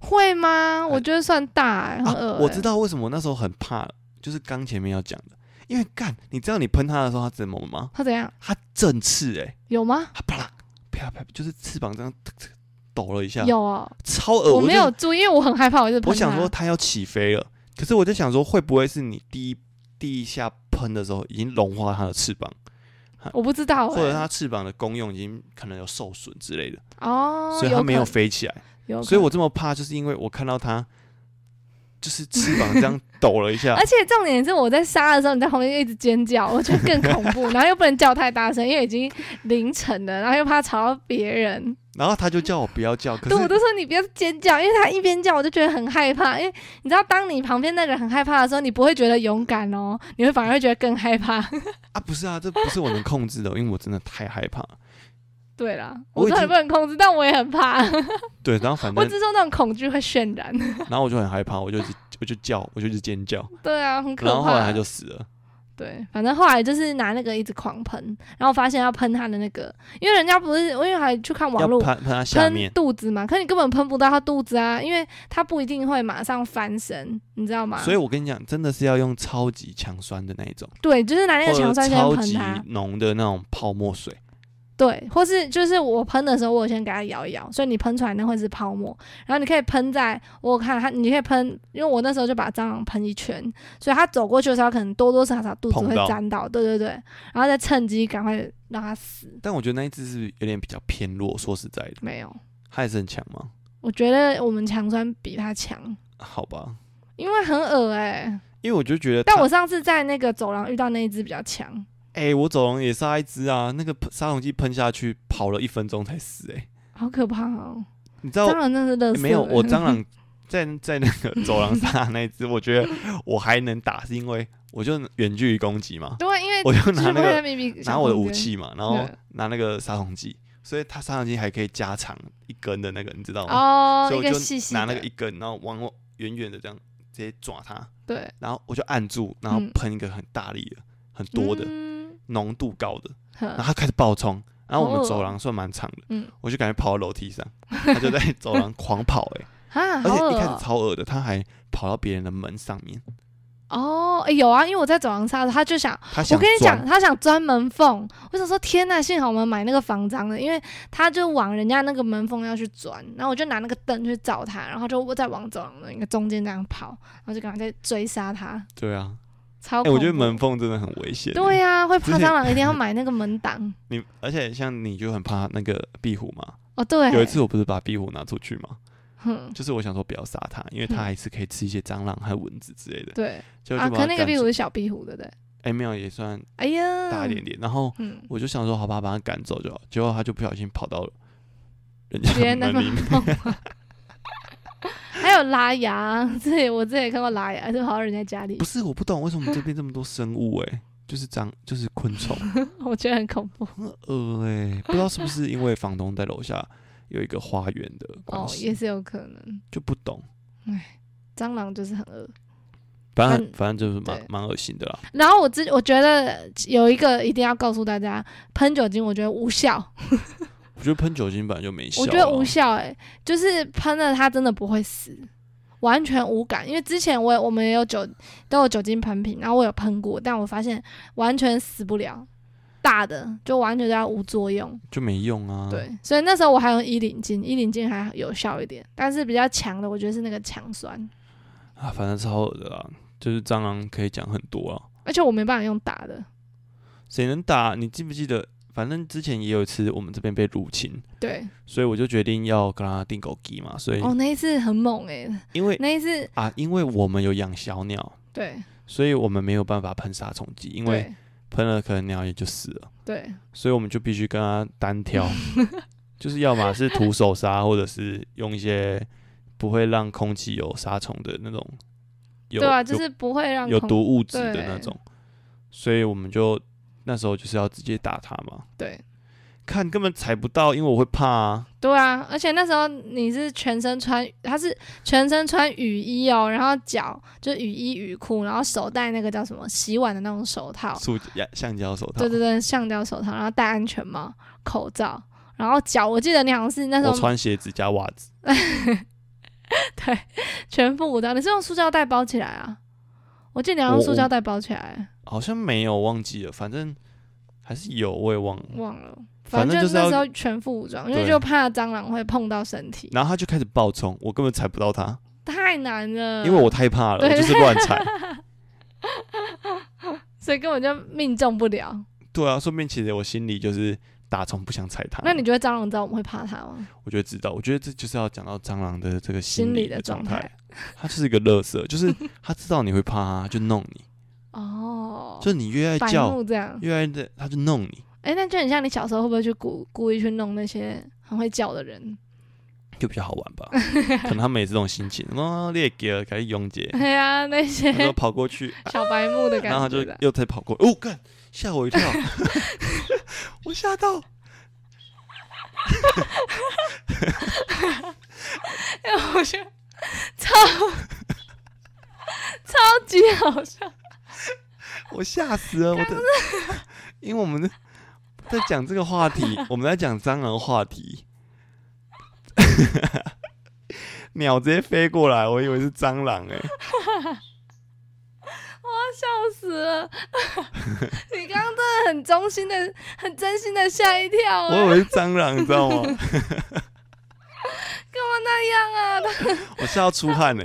Speaker 2: 会吗？我觉得算大、欸，很恶、
Speaker 1: 哎啊，我知，道为什么那时候很怕，就是刚前面要讲的，因为干，你知道你喷它的时候它怎么吗？
Speaker 2: 他怎样？
Speaker 1: 它振翅哎、欸，
Speaker 2: 有吗？
Speaker 1: 它啪啦啪啪，就是翅膀这样嘖嘖抖了一下，
Speaker 2: 有哦，
Speaker 1: 超恶
Speaker 2: 我没
Speaker 1: 呃就
Speaker 2: 有注意，因为我很害怕，我一直喷啊
Speaker 1: 我想
Speaker 2: 它
Speaker 1: 说它要起飞了，可是我就想说会不会是你第一第一下喷的时候已经融化它的翅膀，
Speaker 2: 我不知道、欸，
Speaker 1: 或者它翅膀的功用已经可能有受损之类的，
Speaker 2: 哦，
Speaker 1: 所以它没有
Speaker 2: 可
Speaker 1: 飞起来。
Speaker 2: 能，有
Speaker 1: 所以
Speaker 2: 可
Speaker 1: 我这么怕，就是因为我看到它就是翅膀这
Speaker 2: [LAUGHS]
Speaker 1: 样抖了一下
Speaker 2: 能。而，且重点是我在杀的时候，你在旁边就一直尖叫，我觉得更恐
Speaker 1: [LAUGHS]
Speaker 2: 怖，然后又不能叫太大声，因为已经凌晨了，然后又怕吵到别人。
Speaker 1: 然后它就叫我不要叫，可
Speaker 2: 对，我
Speaker 1: 是
Speaker 2: 都说你不要尖叫，因为他一边叫我就觉得很害怕，因为你知道，当你旁边那个人很害怕的时候，你不会觉得勇敢哦，你会反而会觉得更害怕。
Speaker 1: 啊不是啊，这不是我能控制的，因为我真的太害怕了。
Speaker 2: 对啦，
Speaker 1: 我
Speaker 2: 我
Speaker 1: 已
Speaker 2: 知道
Speaker 1: 经嗯
Speaker 2: 你不能控制，但我也很怕，
Speaker 1: 对，然后反
Speaker 2: 我
Speaker 1: 正
Speaker 2: 只是说那种恐惧会渲
Speaker 1: [LAUGHS]
Speaker 2: 染。
Speaker 1: 然后我就很害怕，我就一直我就叫，我就一直尖叫，
Speaker 2: 对啊，很可怕。
Speaker 1: 然后后来它就死了。
Speaker 2: 对，反正后来就是拿那个一直狂喷，然后发现要喷他的那个，因为人家不是，因为还去看网
Speaker 1: 要
Speaker 2: 络
Speaker 1: 喷喷它下
Speaker 2: 喷
Speaker 1: 面，
Speaker 2: 肚子嘛，可你根本喷不到他肚子啊，因为他不一定会马上翻身，你知道吗？
Speaker 1: 所以我跟你讲，真的是要用超级强酸的那一种。
Speaker 2: 对，就是拿那个
Speaker 1: 或
Speaker 2: 哎强
Speaker 1: 者
Speaker 2: 酸先
Speaker 1: 超
Speaker 2: 喷
Speaker 1: 级
Speaker 2: 他，
Speaker 1: 浓的那种泡沫水，
Speaker 2: 对，或是就是我喷的时候，我有先给他摇一摇，所以你喷出来那会是泡沫，然后你可以喷在我有看他，你可以喷，因为我那时候就把蟑螂喷一圈，所以他走过去的时候，可能多多少少肚子
Speaker 1: 碰
Speaker 2: 会
Speaker 1: 到
Speaker 2: 沾到，对对对，然后再趁机赶快让他死，
Speaker 1: 但我觉得那一只是有点比较偏弱。说实在的，
Speaker 2: 没有。
Speaker 1: 它也是很强吗？
Speaker 2: 我觉得我们强酸比他强，
Speaker 1: 好吧，
Speaker 2: 因为很恶哎、
Speaker 1: 因为我就觉得它，
Speaker 2: 但我上次在那个走廊遇到那一只比较强，
Speaker 1: 哎、我走廊也杀一只啊，那个喷杀虫剂喷下去跑了一分钟才死、哎，
Speaker 2: 好可怕哦！
Speaker 1: 你知道、
Speaker 2: 蟑螂真的是乐、
Speaker 1: 欸没有？
Speaker 2: [LAUGHS]
Speaker 1: 我蟑螂在在那个走廊杀的那一只，我觉得我还能打，是因为我就远距离攻击嘛，
Speaker 2: 对，因为
Speaker 1: 我就
Speaker 2: 就是
Speaker 1: 拿那
Speaker 2: 不会
Speaker 1: 个
Speaker 2: 秘密
Speaker 1: 拿我的武，器嘛，然后
Speaker 2: 对
Speaker 1: 拿那个杀虫剂，所以它杀虫剂还可以加长一根的那个，你知道吗？
Speaker 2: 哦，
Speaker 1: 所以
Speaker 2: 一
Speaker 1: 我就
Speaker 2: 个细细
Speaker 1: 拿
Speaker 2: 的，
Speaker 1: 那个一根，然后往我远远的这样直接抓它，
Speaker 2: 对
Speaker 1: 然后我就按住，然后
Speaker 2: 嗯
Speaker 1: 喷一个很大力的、很多的、
Speaker 2: 嗯
Speaker 1: 浓度高的，然后
Speaker 2: 呵
Speaker 1: 它开始爆冲。然后我
Speaker 2: 好
Speaker 1: 们
Speaker 2: 恶
Speaker 1: 走廊算蛮长的，
Speaker 2: 哦嗯
Speaker 1: 我就感觉跑到楼梯
Speaker 2: [LAUGHS]
Speaker 1: 上，它就在走廊狂跑、欸，
Speaker 2: 啊，
Speaker 1: 而
Speaker 2: 好恶
Speaker 1: 且一开
Speaker 2: 哦
Speaker 1: 始超恶的，它还跑到别人的门上面，
Speaker 2: 哦，哎有啊，因为我在走廊杀的，他就想
Speaker 1: 它想
Speaker 2: 我跟你
Speaker 1: 钻
Speaker 2: 讲，，他想钻门缝。我想说，天呐，幸好我们买那个防蟑的，因为他就往人家那个门缝要去钻，然后我就拿那个灯去照他，然后就再往走廊的一个中间这样跑，然后就赶快再追杀他，
Speaker 1: 对啊，
Speaker 2: 超
Speaker 1: 哎、
Speaker 2: 哦恐
Speaker 1: 我
Speaker 2: 怖。
Speaker 1: 觉得门缝真的很危险欸、
Speaker 2: 对呀、会
Speaker 1: 之
Speaker 2: 怕
Speaker 1: 前
Speaker 2: 蟑螂一定要买那个门挡。
Speaker 1: 你而且像你就很怕那个壁虎嘛，
Speaker 2: 哦，对，
Speaker 1: 有一次我不是把壁虎拿出去嘛，
Speaker 2: 哼，
Speaker 1: 就是我想说不要杀它，因为它
Speaker 2: 嗯
Speaker 1: 还是可以吃一些蟑螂还有蚊子之类的，
Speaker 2: 对
Speaker 1: 就
Speaker 2: 啊，
Speaker 1: 就把
Speaker 2: 可
Speaker 1: 它
Speaker 2: 那个
Speaker 1: 赶
Speaker 2: 壁虎
Speaker 1: 出
Speaker 2: 是小壁虎，对不对？
Speaker 1: 哎，没有，也算
Speaker 2: 哎呀，
Speaker 1: 大一点。点。然后
Speaker 2: 嗯，
Speaker 1: 我就想说，好吧，把它赶走就好。结果它就不小心跑到人家
Speaker 2: 别人的
Speaker 1: 门
Speaker 2: 门
Speaker 1: 里面，
Speaker 2: 缝。还有拉牙， [LAUGHS] 对我之前也看过拉牙，就跑到人家家里
Speaker 1: 不，是我不懂为什么这边这么多生物哎、就是蟑，就是昆虫，
Speaker 2: 我觉得很恐怖。
Speaker 1: 很恶哎、不知道是不是因为房东在楼下有一个花园的关
Speaker 2: 哦，
Speaker 1: 系，
Speaker 2: 也是有可能。
Speaker 1: 就不懂。
Speaker 2: 蟑螂就是很恶。
Speaker 1: 反正
Speaker 2: 嗯
Speaker 1: 反正就是蛮
Speaker 2: 对
Speaker 1: 蛮恶心的啦，
Speaker 2: 然后我之我觉得有一个一定要告诉大家，喷酒精我觉得无效，
Speaker 1: 我觉得喷酒精本来就没效啊，
Speaker 2: 我觉得无效哎、就是喷了它真的不会死，完全无感。因为之前我也我们也有酒都有酒精喷瓶，然后我有喷过，但我发现完全死不了，大的就完全对它无作用。
Speaker 1: 就没用啊。，
Speaker 2: 对，所以那时候我还用衣领巾，衣领巾还有效一点，但是比较强的我觉得是那个强酸，
Speaker 1: 啊，反正超恶的啦，就是蟑螂可以讲很多啊。
Speaker 2: 而且我没办法用打的。
Speaker 1: 谁能打？你记不记得？反正之前也有一次我们这边被入侵，
Speaker 2: 对，
Speaker 1: 所以我就决定要跟他订狗鸡嘛。所以
Speaker 2: 哦，那一次很猛哎、
Speaker 1: 因为
Speaker 2: 那一次
Speaker 1: 啊，因为我们有养小鸟，
Speaker 2: 对
Speaker 1: 所以我们没有办法喷杀虫剂，因为
Speaker 2: 对
Speaker 1: 喷了可能鸟也就死了，
Speaker 2: 对
Speaker 1: 所以我们就必须跟它单
Speaker 2: [LAUGHS]
Speaker 1: 挑，就是要么是徒手杀，或者是用一些不会让空气有杀虫的那种，有
Speaker 2: 对啊，
Speaker 1: 有
Speaker 2: 就是不会让
Speaker 1: 有
Speaker 2: 空
Speaker 1: 毒物质的那
Speaker 2: 对
Speaker 1: 种，所以我们就那时候就是要直接打它嘛。
Speaker 2: 对
Speaker 1: 看根本踩不到，因为我会怕啊。
Speaker 2: 对啊，而且那时候你是全身穿，他是全身穿雨衣哦，然后脚就雨衣雨裤，然后手戴那个叫什么洗碗的那种手套，
Speaker 1: 塑胶、橡胶手套，
Speaker 2: 哦对对对，橡胶手套，然后戴安全帽、口罩，然后脚我记得你好像是那时
Speaker 1: 我
Speaker 2: 候
Speaker 1: 穿鞋子加袜子，
Speaker 2: [LAUGHS] 全副武装，你是用塑胶袋包起来啊？我记得你要用
Speaker 1: 我
Speaker 2: 塑胶袋包起来，
Speaker 1: 好像没有忘记了，反正还是有，我也忘了。
Speaker 2: 忘了。
Speaker 1: 反正
Speaker 2: 就
Speaker 1: 就是
Speaker 2: 那
Speaker 1: 要
Speaker 2: 时候全副武装，因为
Speaker 1: 对
Speaker 2: 就怕蟑螂会碰到身体，
Speaker 1: 然后他就开始暴冲，我根本踩不到他，
Speaker 2: 太难了。
Speaker 1: 因为我太怕了，我
Speaker 2: 嗯对
Speaker 1: 就是乱
Speaker 2: [LAUGHS]
Speaker 1: 踩。
Speaker 2: 所以根本就命中不了。
Speaker 1: 对啊，顺便其实我心里就是打从不想踩他。
Speaker 2: 那你觉得蟑螂知道我们会怕它吗？
Speaker 1: 我觉得知道，我觉得这就是要讲到蟑螂的这个心
Speaker 2: 心理
Speaker 1: 理
Speaker 2: 的
Speaker 1: 状
Speaker 2: 状
Speaker 1: 态
Speaker 2: 态，
Speaker 1: 它就是一个乐色，就是 [LAUGHS] 它知道你会怕它，它就弄你，
Speaker 2: 哦，
Speaker 1: 就是你越爱
Speaker 2: 白
Speaker 1: 叫，
Speaker 2: 目这样。
Speaker 1: 越爱的它就弄你。
Speaker 2: 哎、那就很像你小时候会不会去故故意去弄那些很会叫的人？
Speaker 1: 就比较好
Speaker 2: [LAUGHS]
Speaker 1: 玩吧，可能他们也是这种心情，啊，猎给开始拥挤，
Speaker 2: [LAUGHS] 对呀、那些
Speaker 1: 然后跑过
Speaker 2: [LAUGHS]
Speaker 1: 去，啊
Speaker 2: 小白目的
Speaker 1: 然后他
Speaker 2: 感
Speaker 1: 就
Speaker 2: 觉啦。
Speaker 1: 又再跑过，哦，干，吓我一跳， [LAUGHS] 我吓到，
Speaker 2: [LAUGHS] 哎、我觉得超超级好笑。
Speaker 1: 我吓死了，我的， [LAUGHS] 因为我们在讲这个话
Speaker 2: [LAUGHS]
Speaker 1: 题，我们在讲蟑螂话题， [LAUGHS] 鸟直接飞过来，我以为是蟑螂哎、
Speaker 2: 笑死了！ [LAUGHS] 你刚刚真的很衷心的、很真心的吓一跳、哎
Speaker 1: 我以为是蟑螂，你知道吗？
Speaker 2: 干嘛那样啊？它
Speaker 1: [LAUGHS] 我吓到出汗哎、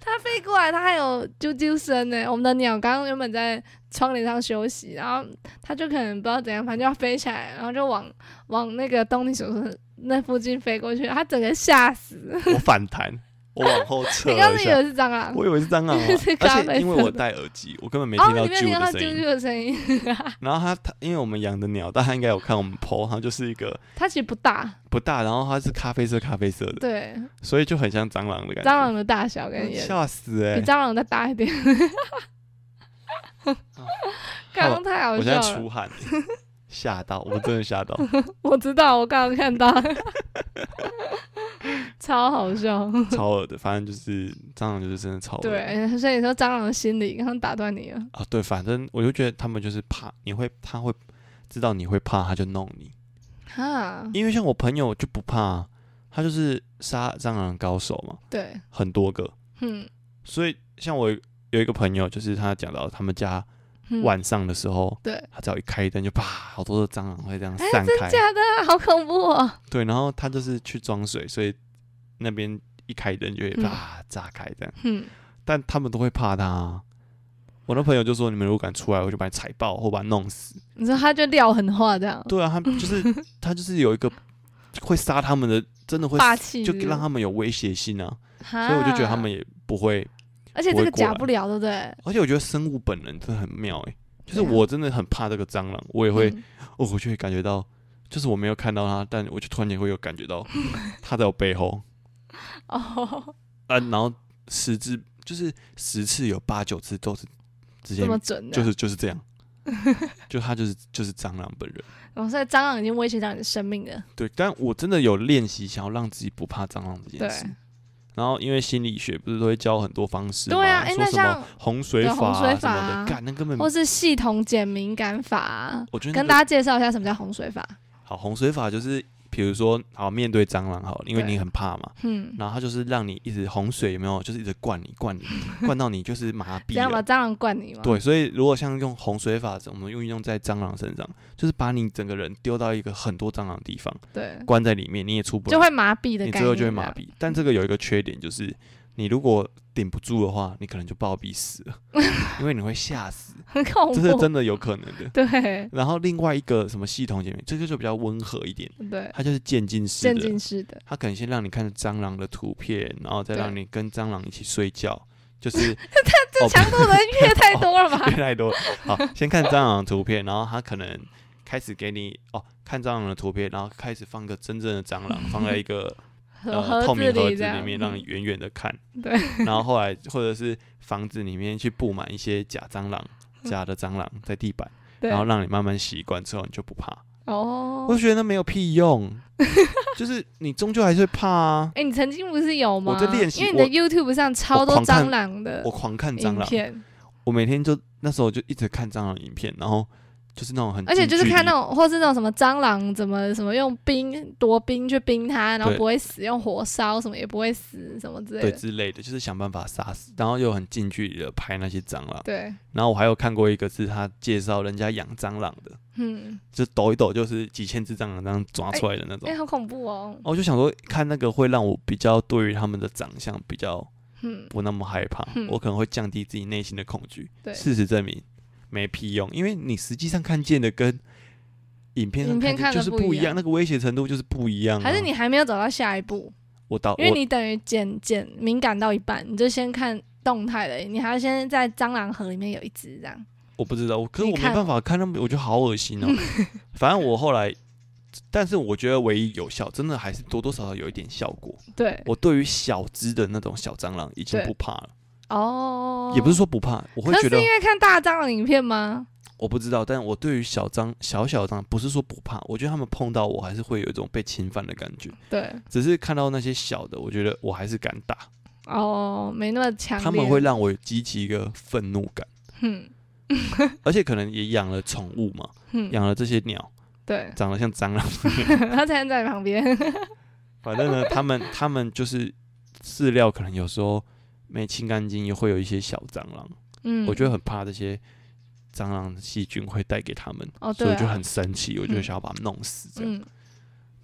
Speaker 2: 它飞哎过来，它还有啾啾声呢、我们的鸟刚刚原本在窗帘上休息，然后它就可能不知道怎样，反正就要飞起来，然后就往往那个东尼鼠那附近飞过去，它整个吓死。
Speaker 1: 我反弹，我往
Speaker 2: [LAUGHS]
Speaker 1: 后撤
Speaker 2: 你刚
Speaker 1: 了
Speaker 2: 刚
Speaker 1: 一
Speaker 2: 以
Speaker 1: 下。
Speaker 2: 为是蟑螂？
Speaker 1: 我以为是蟑螂、啊
Speaker 2: [LAUGHS] 是，咖
Speaker 1: 而
Speaker 2: 啡
Speaker 1: 且因为
Speaker 2: 色
Speaker 1: 我
Speaker 2: 的
Speaker 1: 戴耳机，我根本没听
Speaker 2: 哦，
Speaker 1: 到
Speaker 2: 你没有
Speaker 1: 啾
Speaker 2: 听到
Speaker 1: 的
Speaker 2: 啾
Speaker 1: 声音。
Speaker 2: 啾的声音，
Speaker 1: 然后它它，因为我们养的鸟，但它应该有看我们 PO，它就是一个
Speaker 2: 它其实不大，
Speaker 1: 不大，然后它是咖啡色咖啡色的，
Speaker 2: 对，
Speaker 1: 所以就很像蟑螂的感觉。
Speaker 2: 蟑螂的大小跟眼，
Speaker 1: 吓死哎、
Speaker 2: 比蟑螂再大
Speaker 1: [LAUGHS]
Speaker 2: 一点。刚刚太好
Speaker 1: 我现
Speaker 2: 笑
Speaker 1: 在
Speaker 2: 了。
Speaker 1: 出汗，吓到我真的吓
Speaker 2: [LAUGHS]
Speaker 1: 到。
Speaker 2: 我知道，我刚刚看
Speaker 1: [LAUGHS]
Speaker 2: 到，超好笑。
Speaker 1: 超恶的，反正就是蟑螂，就是真的超恶的。
Speaker 2: 对，所以你说蟑螂的心理，刚刚打断你了。
Speaker 1: 啊，对，反正我就觉得他们就是怕你会，他会知道你会怕，他就弄你。
Speaker 2: 哈，
Speaker 1: 因为像我朋友就不怕啊，他就是杀蟑螂的高手嘛，
Speaker 2: 对，
Speaker 1: 很多个。
Speaker 2: 嗯，
Speaker 1: 所以像我有一个朋友，就是他讲到他们家
Speaker 2: 嗯
Speaker 1: 晚上的时候，
Speaker 2: 对
Speaker 1: 他只要一开灯就啪，好多的蟑螂会这样
Speaker 2: 哎
Speaker 1: 散开。
Speaker 2: 假的，好恐怖哦！
Speaker 1: 对，然后他就是去装水，所以那边一开灯就会
Speaker 2: 嗯
Speaker 1: 啪炸开这样。
Speaker 2: 嗯，
Speaker 1: 但他们都会怕他、啊。我那朋友就说：“你们如果敢出来，我就把你踩爆，或把你弄死。
Speaker 2: 你说他就撂狠话这样”，
Speaker 1: 对啊，他就是
Speaker 2: [LAUGHS]
Speaker 1: 他就是有一个会杀他们的，真的会
Speaker 2: 霸气
Speaker 1: 就让他们有威胁性啊。所以我就觉得他们
Speaker 2: 也，
Speaker 1: 也不会
Speaker 2: 而且
Speaker 1: 不会
Speaker 2: 这个
Speaker 1: 过
Speaker 2: 假
Speaker 1: 来
Speaker 2: 不了，对不对？
Speaker 1: 而且我觉得生物本能真的很妙诶、就是
Speaker 2: 对啊
Speaker 1: 我真的很怕这个蟑螂，我也会，
Speaker 2: 嗯
Speaker 1: 哦，我就会感觉到，就是我没有看到它，但我就突然间会有感觉
Speaker 2: [LAUGHS]
Speaker 1: 到它在我背后
Speaker 2: 哦， [LAUGHS]
Speaker 1: 啊，然后十只就是十次有八九次都是直接
Speaker 2: 这么准的，
Speaker 1: 就是就是这
Speaker 2: [LAUGHS]
Speaker 1: 样，就它就是就是蟑螂本人。
Speaker 2: 哦，所以蟑螂已经威胁到你的生命了。
Speaker 1: 对，但我真的有练习想要让自己不怕蟑螂这件
Speaker 2: 对
Speaker 1: 事。然后因为心理学不是都会教很多方式吗？
Speaker 2: 对啊，哎，
Speaker 1: 说
Speaker 2: 那
Speaker 1: 什么嗯
Speaker 2: 像
Speaker 1: 洪水
Speaker 2: 对
Speaker 1: 法
Speaker 2: 洪
Speaker 1: 啊
Speaker 2: 水
Speaker 1: 什
Speaker 2: 法
Speaker 1: 么
Speaker 2: 啊
Speaker 1: 的，干那根本
Speaker 2: 或是系统减敏感法啊，
Speaker 1: 我觉得那
Speaker 2: 跟
Speaker 1: 个
Speaker 2: 大家介绍一下什么叫洪水法。
Speaker 1: 好，洪水法就是比如说好面对蟑螂好了，因为
Speaker 2: 对
Speaker 1: 你很怕嘛，
Speaker 2: 嗯，
Speaker 1: 然后它就是让你一直洪水有没有，就是一直灌你
Speaker 2: [LAUGHS]
Speaker 1: 灌你灌到你就是麻
Speaker 2: 这
Speaker 1: 痹
Speaker 2: 样把
Speaker 1: 了。
Speaker 2: 蟑螂灌你吗？
Speaker 1: 对，所以如果像用洪水法，我们运用在蟑螂身上，就是把你整个人丢到一个很多蟑螂的地方，
Speaker 2: 对，
Speaker 1: 关在里面，你也出不来，
Speaker 2: 嗯就会麻痹的啊
Speaker 1: 你
Speaker 2: 感觉，
Speaker 1: 最后就会麻痹。但这个有一个缺点就是，你如果顶不住的话，你可能就暴毙死
Speaker 2: [LAUGHS]
Speaker 1: 了，因为你会吓死，
Speaker 2: 很恐
Speaker 1: 这是
Speaker 2: 怖。
Speaker 1: 真的有可能的。
Speaker 2: 对
Speaker 1: 然后另外一个什么系统解密，这个就比较温和一点，
Speaker 2: 对，
Speaker 1: 它就是渐进式
Speaker 2: 渐
Speaker 1: 的，
Speaker 2: 进
Speaker 1: [LAUGHS]
Speaker 2: 式的，
Speaker 1: 它可能先让你看蟑螂的图片，然后再
Speaker 2: 对
Speaker 1: 让你跟蟑螂一起睡觉，就是
Speaker 2: [LAUGHS] 这
Speaker 1: 哦
Speaker 2: 强度的越太多了吧？
Speaker 1: [LAUGHS] 越来越多。好，先看蟑螂的图片，然后它可能开始给你哦，看蟑螂的图片，然后开始放个真正的蟑螂，放在一个
Speaker 2: 盒
Speaker 1: 呃透
Speaker 2: 盒
Speaker 1: 明
Speaker 2: 子
Speaker 1: 盒
Speaker 2: 里
Speaker 1: 子
Speaker 2: 这样嗯
Speaker 1: 里，面，让你远远的看。
Speaker 2: 对。
Speaker 1: [LAUGHS] 然后后来或者是房子里面去布满一些假蟑螂、假的蟑螂在地板，
Speaker 2: 嗯对
Speaker 1: 然后让你慢慢习惯之后，你就不怕。我
Speaker 2: 哦
Speaker 1: 就。觉得那没有屁
Speaker 2: [LAUGHS]
Speaker 1: 用，就是你终究还是会怕啊。
Speaker 2: 哎，你曾经不是有吗？
Speaker 1: 我在练习
Speaker 2: 因为你的 YouTube 上超多
Speaker 1: 我狂看
Speaker 2: 蟑螂的
Speaker 1: 我狂看蟑
Speaker 2: 呃影
Speaker 1: 螂，
Speaker 2: 片，
Speaker 1: 我每天就那时候我就一直看蟑螂影片，然后就是那种很
Speaker 2: 而且
Speaker 1: 嗯近
Speaker 2: 就是
Speaker 1: 距
Speaker 2: 看
Speaker 1: 离
Speaker 2: 那种或是那种什么蟑螂怎么什么用冰夺冰去冰它，然后
Speaker 1: 对
Speaker 2: 不会死，用火烧什么也不会死什么之类
Speaker 1: 对
Speaker 2: 的。
Speaker 1: 之类的，就是想办法杀死，然后又很近距离的拍那些蟑螂。
Speaker 2: 对，
Speaker 1: 然后我还有看过一个是他介绍人家养蟑螂的，
Speaker 2: 嗯，
Speaker 1: 就抖一抖就是几千只蟑螂这样抓出来的那种。
Speaker 2: 哎，好恐怖哦
Speaker 1: 然。后我就想说，看那个会让我比较对于他们的长相比较
Speaker 2: 嗯，
Speaker 1: 不那么害怕，
Speaker 2: 嗯
Speaker 1: 我可能会降低自己内心的恐惧。
Speaker 2: 对。
Speaker 1: 事实证明没屁用，因为你实际上看见的跟影片上
Speaker 2: 影片
Speaker 1: 见就是
Speaker 2: 看的不
Speaker 1: 不
Speaker 2: 一
Speaker 1: 一
Speaker 2: 样
Speaker 1: 样，那个威胁程度就是不一样、啊。
Speaker 2: 还是你还没有走到下一步，
Speaker 1: 我导
Speaker 2: 因为
Speaker 1: 我
Speaker 2: 你等于减减敏感到一半，你就先看动态的，你还要先在蟑螂盒里面有一只这样。
Speaker 1: 我不知道，我可是
Speaker 2: 你
Speaker 1: 我没
Speaker 2: 看
Speaker 1: 办法看那么，我觉得好恶
Speaker 2: [LAUGHS]
Speaker 1: 心哦。反正我后来，但是我觉得唯一有效，真的还是多多少少有一点效果。
Speaker 2: 对，
Speaker 1: 我对于小只的那种小蟑螂已经
Speaker 2: 对
Speaker 1: 不怕了，
Speaker 2: 哦，
Speaker 1: 也不是说不怕，我会
Speaker 2: 可
Speaker 1: 觉
Speaker 2: 是
Speaker 1: 得
Speaker 2: 因为看大蟑螂影片吗？
Speaker 1: 我不知道，但我对于小蟑小小蟑螂不是说不怕，我觉得他们碰到我还是会有一种被侵犯的感觉。
Speaker 2: 对，
Speaker 1: 只是看到那些小的，我觉得我还是敢打，
Speaker 2: 哦，没那么强烈。嗯
Speaker 1: 他们会，让我激起一个愤怒感，
Speaker 2: 哼
Speaker 1: 而且可能也养了宠物嘛，
Speaker 2: 哼，
Speaker 1: 养了这些鸟，
Speaker 2: 嗯对， [LAUGHS]
Speaker 1: 长得像蟑螂。
Speaker 2: 他才能在你旁边。
Speaker 1: 反正呢，他们他们就是饲料，可能有时候没清干净，也会有一些小蟑螂。
Speaker 2: 嗯，
Speaker 1: 我觉得很怕这些蟑螂细菌会带给他们，
Speaker 2: 哦，
Speaker 1: 所以
Speaker 2: 对
Speaker 1: 我就
Speaker 2: 啊，
Speaker 1: 很生气，我就
Speaker 2: 嗯
Speaker 1: 想要把它弄死。这样、
Speaker 2: 嗯，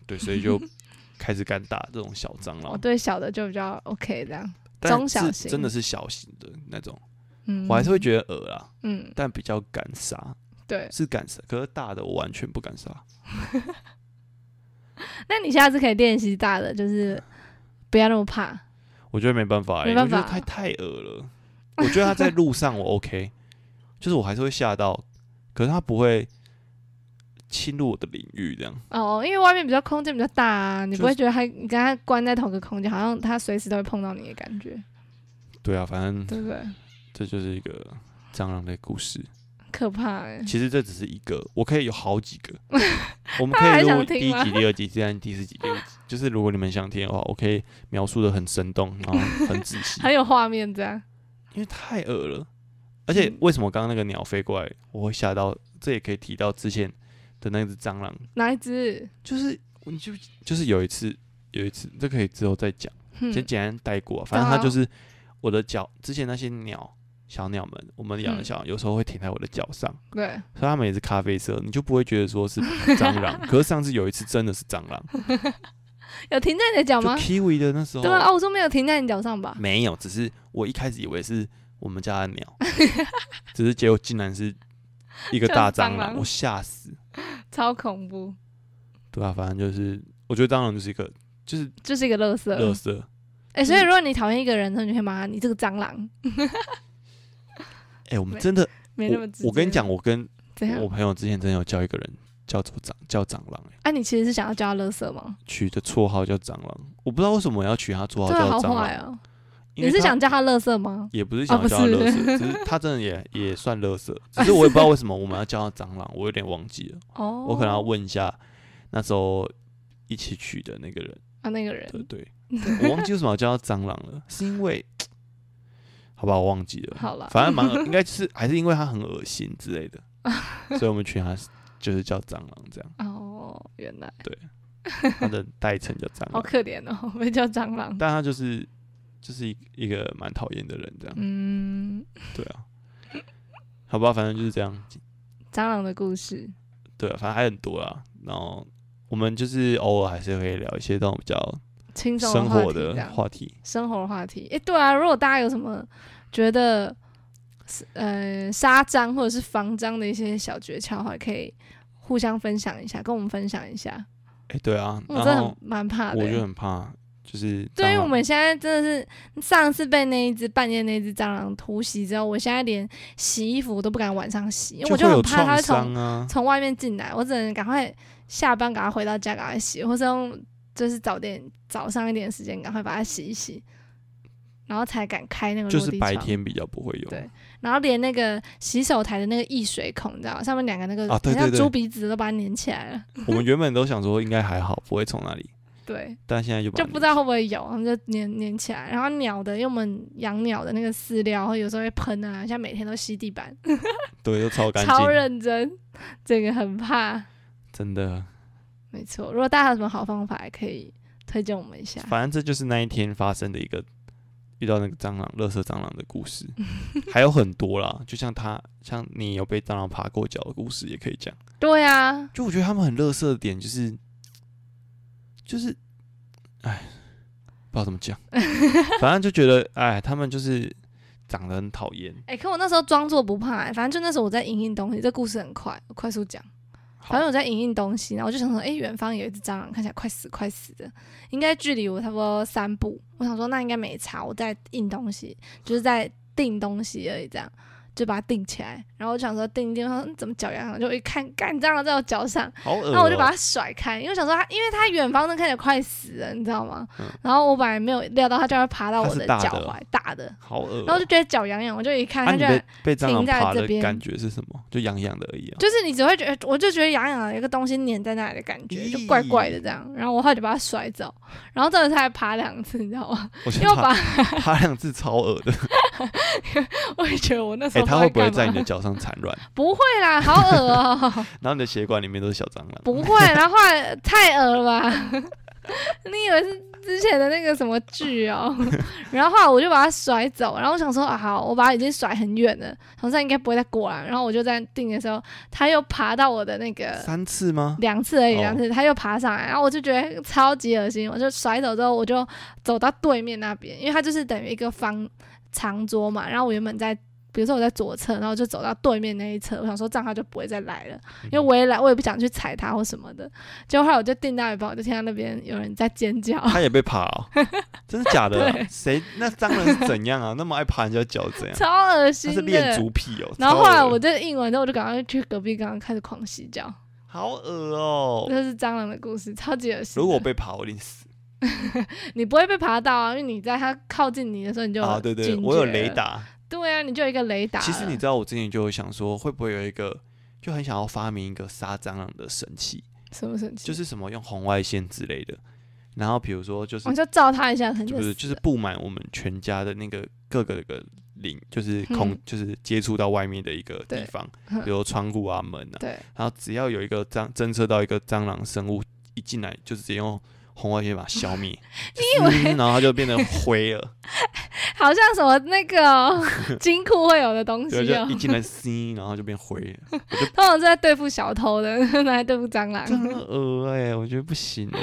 Speaker 1: 对，所以就开始敢打这种小蟑
Speaker 2: 我
Speaker 1: 螂，
Speaker 2: 哦对小的就比较 OK 这样。
Speaker 1: 但
Speaker 2: 中小
Speaker 1: 是
Speaker 2: 型
Speaker 1: 真的是小型的那种，
Speaker 2: 嗯，
Speaker 1: 我还是会觉得恶啦，
Speaker 2: 嗯，
Speaker 1: 但比较敢杀，
Speaker 2: 对。
Speaker 1: 是敢杀，可是大的我完全不敢杀。
Speaker 2: 那你下次可以练习大的，就是不要那么怕。
Speaker 1: 我觉得没办法、欸，
Speaker 2: 没办
Speaker 1: 我觉
Speaker 2: 法
Speaker 1: 得太太恶了。我觉得他在路上我 OK，就是我 [LAUGHS] 还是会吓到，可是他不会侵入我的领域，这样
Speaker 2: 哦，因为外面比较空间比较大啊，你
Speaker 1: 就
Speaker 2: 不会
Speaker 1: 是
Speaker 2: 觉得他你跟他关在同个空间，好像他随时都会碰到你的感觉，
Speaker 1: 对啊，反正
Speaker 2: 对不对？
Speaker 1: 这就是一个蟑螂的故事。
Speaker 2: 可怕哎、
Speaker 1: 其实这只是一个，我可以有好几
Speaker 2: [LAUGHS]
Speaker 1: 个。我们
Speaker 2: 大
Speaker 1: 可以
Speaker 2: 家还想
Speaker 1: 录第
Speaker 2: 听
Speaker 1: 一
Speaker 2: 吗，
Speaker 1: 集、第二集、第三集、第四集、第五集，就是如果你们想听的话，我可以描述的很生动，然后很仔细
Speaker 2: 很有画面这样。
Speaker 1: 因为太恶了。而且
Speaker 2: 嗯
Speaker 1: 为什么刚刚那个鸟飞过来，我会吓到？这也可以提到之前的那只蟑螂，
Speaker 2: 哪一只？
Speaker 1: 就是我你就就是有一次，有一次，这可以之后再讲，
Speaker 2: 哼
Speaker 1: 先简单带过啊、反正它
Speaker 2: 嗯好
Speaker 1: 就是我的脚，之前那些鸟小鸟们，我们养的
Speaker 2: 嗯
Speaker 1: 小鸟有时候会停在我的脚上，
Speaker 2: 对，
Speaker 1: 所以它们也是咖啡色，你就不会觉得说是蟑
Speaker 2: [LAUGHS]
Speaker 1: 螂。可是上次有一次真的是蟑螂，
Speaker 2: 有停在你的脚
Speaker 1: 就
Speaker 2: 吗？
Speaker 1: kiwi 的那时候
Speaker 2: 对啊，哦我说没有停在你脚上吧？
Speaker 1: 没有，只是我一开始以为是我们家的
Speaker 2: [LAUGHS]
Speaker 1: 鸟，只是结果竟然是一个
Speaker 2: 就是
Speaker 1: 大
Speaker 2: 蟑
Speaker 1: 蟑螂，
Speaker 2: 螂
Speaker 1: 我吓死。
Speaker 2: 超恐怖，
Speaker 1: 对啊，反正就是我觉得蟑螂就是一个就是
Speaker 2: 就是一个乐色。
Speaker 1: 垃圾。
Speaker 2: 哎、所以如果你讨厌一个人，那你就可以骂他你这个蟑螂，
Speaker 1: 哎、我们
Speaker 2: 没
Speaker 1: 真的
Speaker 2: 没那么直接
Speaker 1: 我我跟你，讲，我跟
Speaker 2: 怎样
Speaker 1: 我？朋友之前真的有叫一个人叫做蟑叫蟑螂、欸，
Speaker 2: 啊，你其实是想要叫他乐色吗？
Speaker 1: 取的绰号叫蟑螂。我不知道为什么要取他绰号
Speaker 2: 对啊，
Speaker 1: 叫
Speaker 2: 好
Speaker 1: 蟑
Speaker 2: 坏
Speaker 1: 螂，
Speaker 2: 哦。
Speaker 1: 因
Speaker 2: 你
Speaker 1: 为
Speaker 2: 是
Speaker 1: 他
Speaker 2: 想叫他乐色吗？
Speaker 1: 也不是
Speaker 2: 啊
Speaker 1: 想
Speaker 2: 不
Speaker 1: 要叫他
Speaker 2: 是
Speaker 1: 乐色，只是他真的也也算乐色，只是我也不知道为什么我们要叫他蟑螂，我有点忘记了，
Speaker 2: 哦，
Speaker 1: 我可能要问一下那时候一起取的那个人，
Speaker 2: 啊那个
Speaker 1: 对
Speaker 2: 人。
Speaker 1: 对，我忘记为什么要叫他蟑螂了，是因为。好吧，我忘记了。
Speaker 2: 好啦
Speaker 1: 反正蛮
Speaker 2: [LAUGHS]
Speaker 1: 恶应该是还是因为他很恶心之类的，所以我们取他就是叫蟑螂这样。
Speaker 2: 哦，原来
Speaker 1: 对，它的代称叫蟑
Speaker 2: 好
Speaker 1: 螂，
Speaker 2: 可怜哦， [LAUGHS] 被叫蟑螂。
Speaker 1: 但它就是就是一一个蛮讨厌的人这样，
Speaker 2: 嗯，
Speaker 1: 对啊，好吧，反正就是这样，
Speaker 2: 蟑螂的故事，
Speaker 1: 对啊，反正还很多啦。然后我们就是偶尔还是会聊一些这种比较
Speaker 2: 轻松
Speaker 1: 生
Speaker 2: 话
Speaker 1: 活
Speaker 2: 题这
Speaker 1: 的
Speaker 2: 样
Speaker 1: 话题，
Speaker 2: 生活的话题。诶，对啊，如果大家有什么觉得是呃杀蟑或者是防蟑的一些小诀窍的话，可以互相分享一下，跟我们分享一下。
Speaker 1: 哎、对啊，
Speaker 2: 我嗯真
Speaker 1: 然
Speaker 2: 的
Speaker 1: 后
Speaker 2: 很蛮怕的、
Speaker 1: 我就
Speaker 2: 欸。
Speaker 1: 很怕，就是
Speaker 2: 对，
Speaker 1: 蟑
Speaker 2: 因为
Speaker 1: 螂
Speaker 2: 我们现在真的是上次被那一只半夜那只蟑螂突袭之后，我现在连洗衣服都不敢晚上洗，因为我
Speaker 1: 就
Speaker 2: 就
Speaker 1: 会有
Speaker 2: 很怕它
Speaker 1: 创
Speaker 2: 会
Speaker 1: 伤
Speaker 2: 从
Speaker 1: 啊，
Speaker 2: 从外面进来，我只能赶快下班，赶快回到家，赶快洗，或是用就是早点早上一点时间，赶快把它洗一洗，然后才敢开那个
Speaker 1: 就
Speaker 2: 落
Speaker 1: 是
Speaker 2: 地窗。
Speaker 1: 白天比较不会有，
Speaker 2: [LAUGHS] 对然后连那个洗手台的那个溢水孔，你知道吗上面两个那个
Speaker 1: 啊对
Speaker 2: 很
Speaker 1: 对
Speaker 2: 像
Speaker 1: 对
Speaker 2: 猪鼻子都把它粘起来了，
Speaker 1: 我们原本都想说应该还好，不会从那里，
Speaker 2: 对，
Speaker 1: 但现在就把
Speaker 2: 就
Speaker 1: 它
Speaker 2: 不知
Speaker 1: 粘
Speaker 2: 道会不会有，他们就粘粘起来。然后鸟的，因为我们养鸟的那个饲料，有时候会喷啊，像每天都吸地板，
Speaker 1: 对，都超干
Speaker 2: [LAUGHS] 超
Speaker 1: 净，
Speaker 2: 认真，这个很怕。
Speaker 1: 真的。
Speaker 2: 没错，如果大家有什么好方法，也可以推荐我们一下。
Speaker 1: 反正这就是那一天发生的一个遇到那个蟑螂、垃圾蟑螂的故
Speaker 2: [LAUGHS]
Speaker 1: 事，还有很多啦。就像他，像你有被蟑螂爬过脚的故事也可以讲。
Speaker 2: 对啊， [LAUGHS]
Speaker 1: 就我觉得他们很垃圾的点就是，就是，哎，不知道怎么讲，反正就觉得哎，他们就是长得很讨厌。
Speaker 2: 哎、可我那时候装作不怕、欸，反正就那时候我在影印东西，这故事很快，我快速讲。
Speaker 1: 好
Speaker 2: 反正我在影印东西，然后我就想说，哎、远方有一只蟑螂，看起来快死快死的，应该距离我差不多三步。我想说，那应该没差，我在印东西，就是在订东西而已，这样就把它订起来。然后我就想说订一订，我想说嗯怎么脚痒痒，就一看，干蟑螂在我
Speaker 1: [LAUGHS]
Speaker 2: 脚上，
Speaker 1: 好恶、哦
Speaker 2: 那我就把
Speaker 1: 它
Speaker 2: 它甩开，因为我想说它，因为它远方那看起来快死了，你知道吗？
Speaker 1: 嗯
Speaker 2: 然后我本来没有料到它就会爬到
Speaker 1: 它
Speaker 2: 我
Speaker 1: 是
Speaker 2: 的
Speaker 1: 大
Speaker 2: 脚
Speaker 1: 的哦
Speaker 2: 踝，大的，
Speaker 1: 好恶、哦
Speaker 2: 然后我就觉得脚痒痒，我就一看，
Speaker 1: 啊，
Speaker 2: 它
Speaker 1: 你
Speaker 2: 就
Speaker 1: 被被蟑螂
Speaker 2: 停在
Speaker 1: 爬
Speaker 2: 这
Speaker 1: 的
Speaker 2: 边
Speaker 1: 感觉是什么？就痒痒的而已啊。
Speaker 2: 就是你只会觉得，我就觉得痒痒的，有一个东西粘在那里的感觉，就怪怪的这样。然后我后来就把它甩走，然后真的是还爬两次，你知
Speaker 1: [LAUGHS]
Speaker 2: 道吗？
Speaker 1: 我觉
Speaker 2: 因
Speaker 1: 得
Speaker 2: 为我
Speaker 1: 爬
Speaker 2: 把，
Speaker 1: 爬两次超恶的。
Speaker 2: 我也觉得我那时
Speaker 1: 哎、
Speaker 2: 候
Speaker 1: 它会不会
Speaker 2: 干嘛
Speaker 1: 在你的脚上产卵？
Speaker 2: 不会啦，好恶哦、
Speaker 1: 然后你的血管里面都是小蟑螂？
Speaker 2: 不会。然后后来太恶了吧？
Speaker 1: [LAUGHS]
Speaker 2: 你以为是之前的那个什么剧哦？然后后来我就把它甩走，然后我想说啊，好，我把它已经甩很远了，好像应该不会再过来。然后我就在定的时候，它又爬到我的那个
Speaker 1: 三次吗？
Speaker 2: 两次而已，
Speaker 1: 哦
Speaker 2: 两次，他又爬上来，然后我就觉得超级恶心，我就甩走之后，我就走到对面那边，因为它就是等于一个方长桌嘛，然后我原本在。比如说我在左侧，然后我就走到对面那一侧，我想说这样它就不会再来了，
Speaker 1: 嗯
Speaker 2: 因为我也来，我也不想去踩它或什么的。结果后来我就定到一半，我就听到那边有人在
Speaker 1: [LAUGHS]
Speaker 2: 尖叫，
Speaker 1: 它也被爬、
Speaker 2: [LAUGHS]
Speaker 1: 哦，真的假的
Speaker 2: 对
Speaker 1: 啊？谁那蟑螂是怎样啊？那么爱爬人家脚怎样？
Speaker 2: [LAUGHS] 超恶
Speaker 1: 它
Speaker 2: 心
Speaker 1: 是
Speaker 2: 的
Speaker 1: 练。足癖哦。
Speaker 2: 然后
Speaker 1: 超
Speaker 2: 后来
Speaker 1: 恶
Speaker 2: 我就印完之后，我就赶快去隔壁，刚刚开始狂洗脚。
Speaker 1: 好恶哦、
Speaker 2: 这是蟑螂的故事，超级恶心的。
Speaker 1: 如果我被爬，我一定死
Speaker 2: 你不会被爬到啊，因为你在它靠近你的时候，你就
Speaker 1: 啊！对对，
Speaker 2: 警
Speaker 1: 我有
Speaker 2: 觉
Speaker 1: 雷
Speaker 2: 了
Speaker 1: 达。
Speaker 2: 对啊，你就有一个雷达了。
Speaker 1: 其实你知道，我之前就有想说，会不会有一个，就很想要发明一个杀蟑螂的神器，
Speaker 2: 什么神奇？
Speaker 1: 就是什么用红外线之类的。然后比如说就是
Speaker 2: 我就照他一下，可能
Speaker 1: 就
Speaker 2: 就是
Speaker 1: 就是布满我们全家的那个各个的领，就是空，
Speaker 2: 嗯就是
Speaker 1: 就是接触到外面的一个地
Speaker 2: 对
Speaker 1: 方，
Speaker 2: 嗯
Speaker 1: 比如窗户啊、门啊， [LAUGHS]
Speaker 2: 对，
Speaker 1: 然后只要有一个蟑侦测到一个蟑螂生物一进来，就直接用红外线把它消
Speaker 2: [LAUGHS]
Speaker 1: 灭。你
Speaker 2: 以为
Speaker 1: 然后它就变成灰了，
Speaker 2: 好像什么那
Speaker 1: [LAUGHS]
Speaker 2: 个哦金库会有的东西
Speaker 1: 对，就
Speaker 2: 哦
Speaker 1: 一。进来 C，然后就变灰了，
Speaker 2: 通常是在对付小偷的， [LAUGHS] 拿来对付蟑螂，
Speaker 1: 真的恶哎、我觉得不行哎、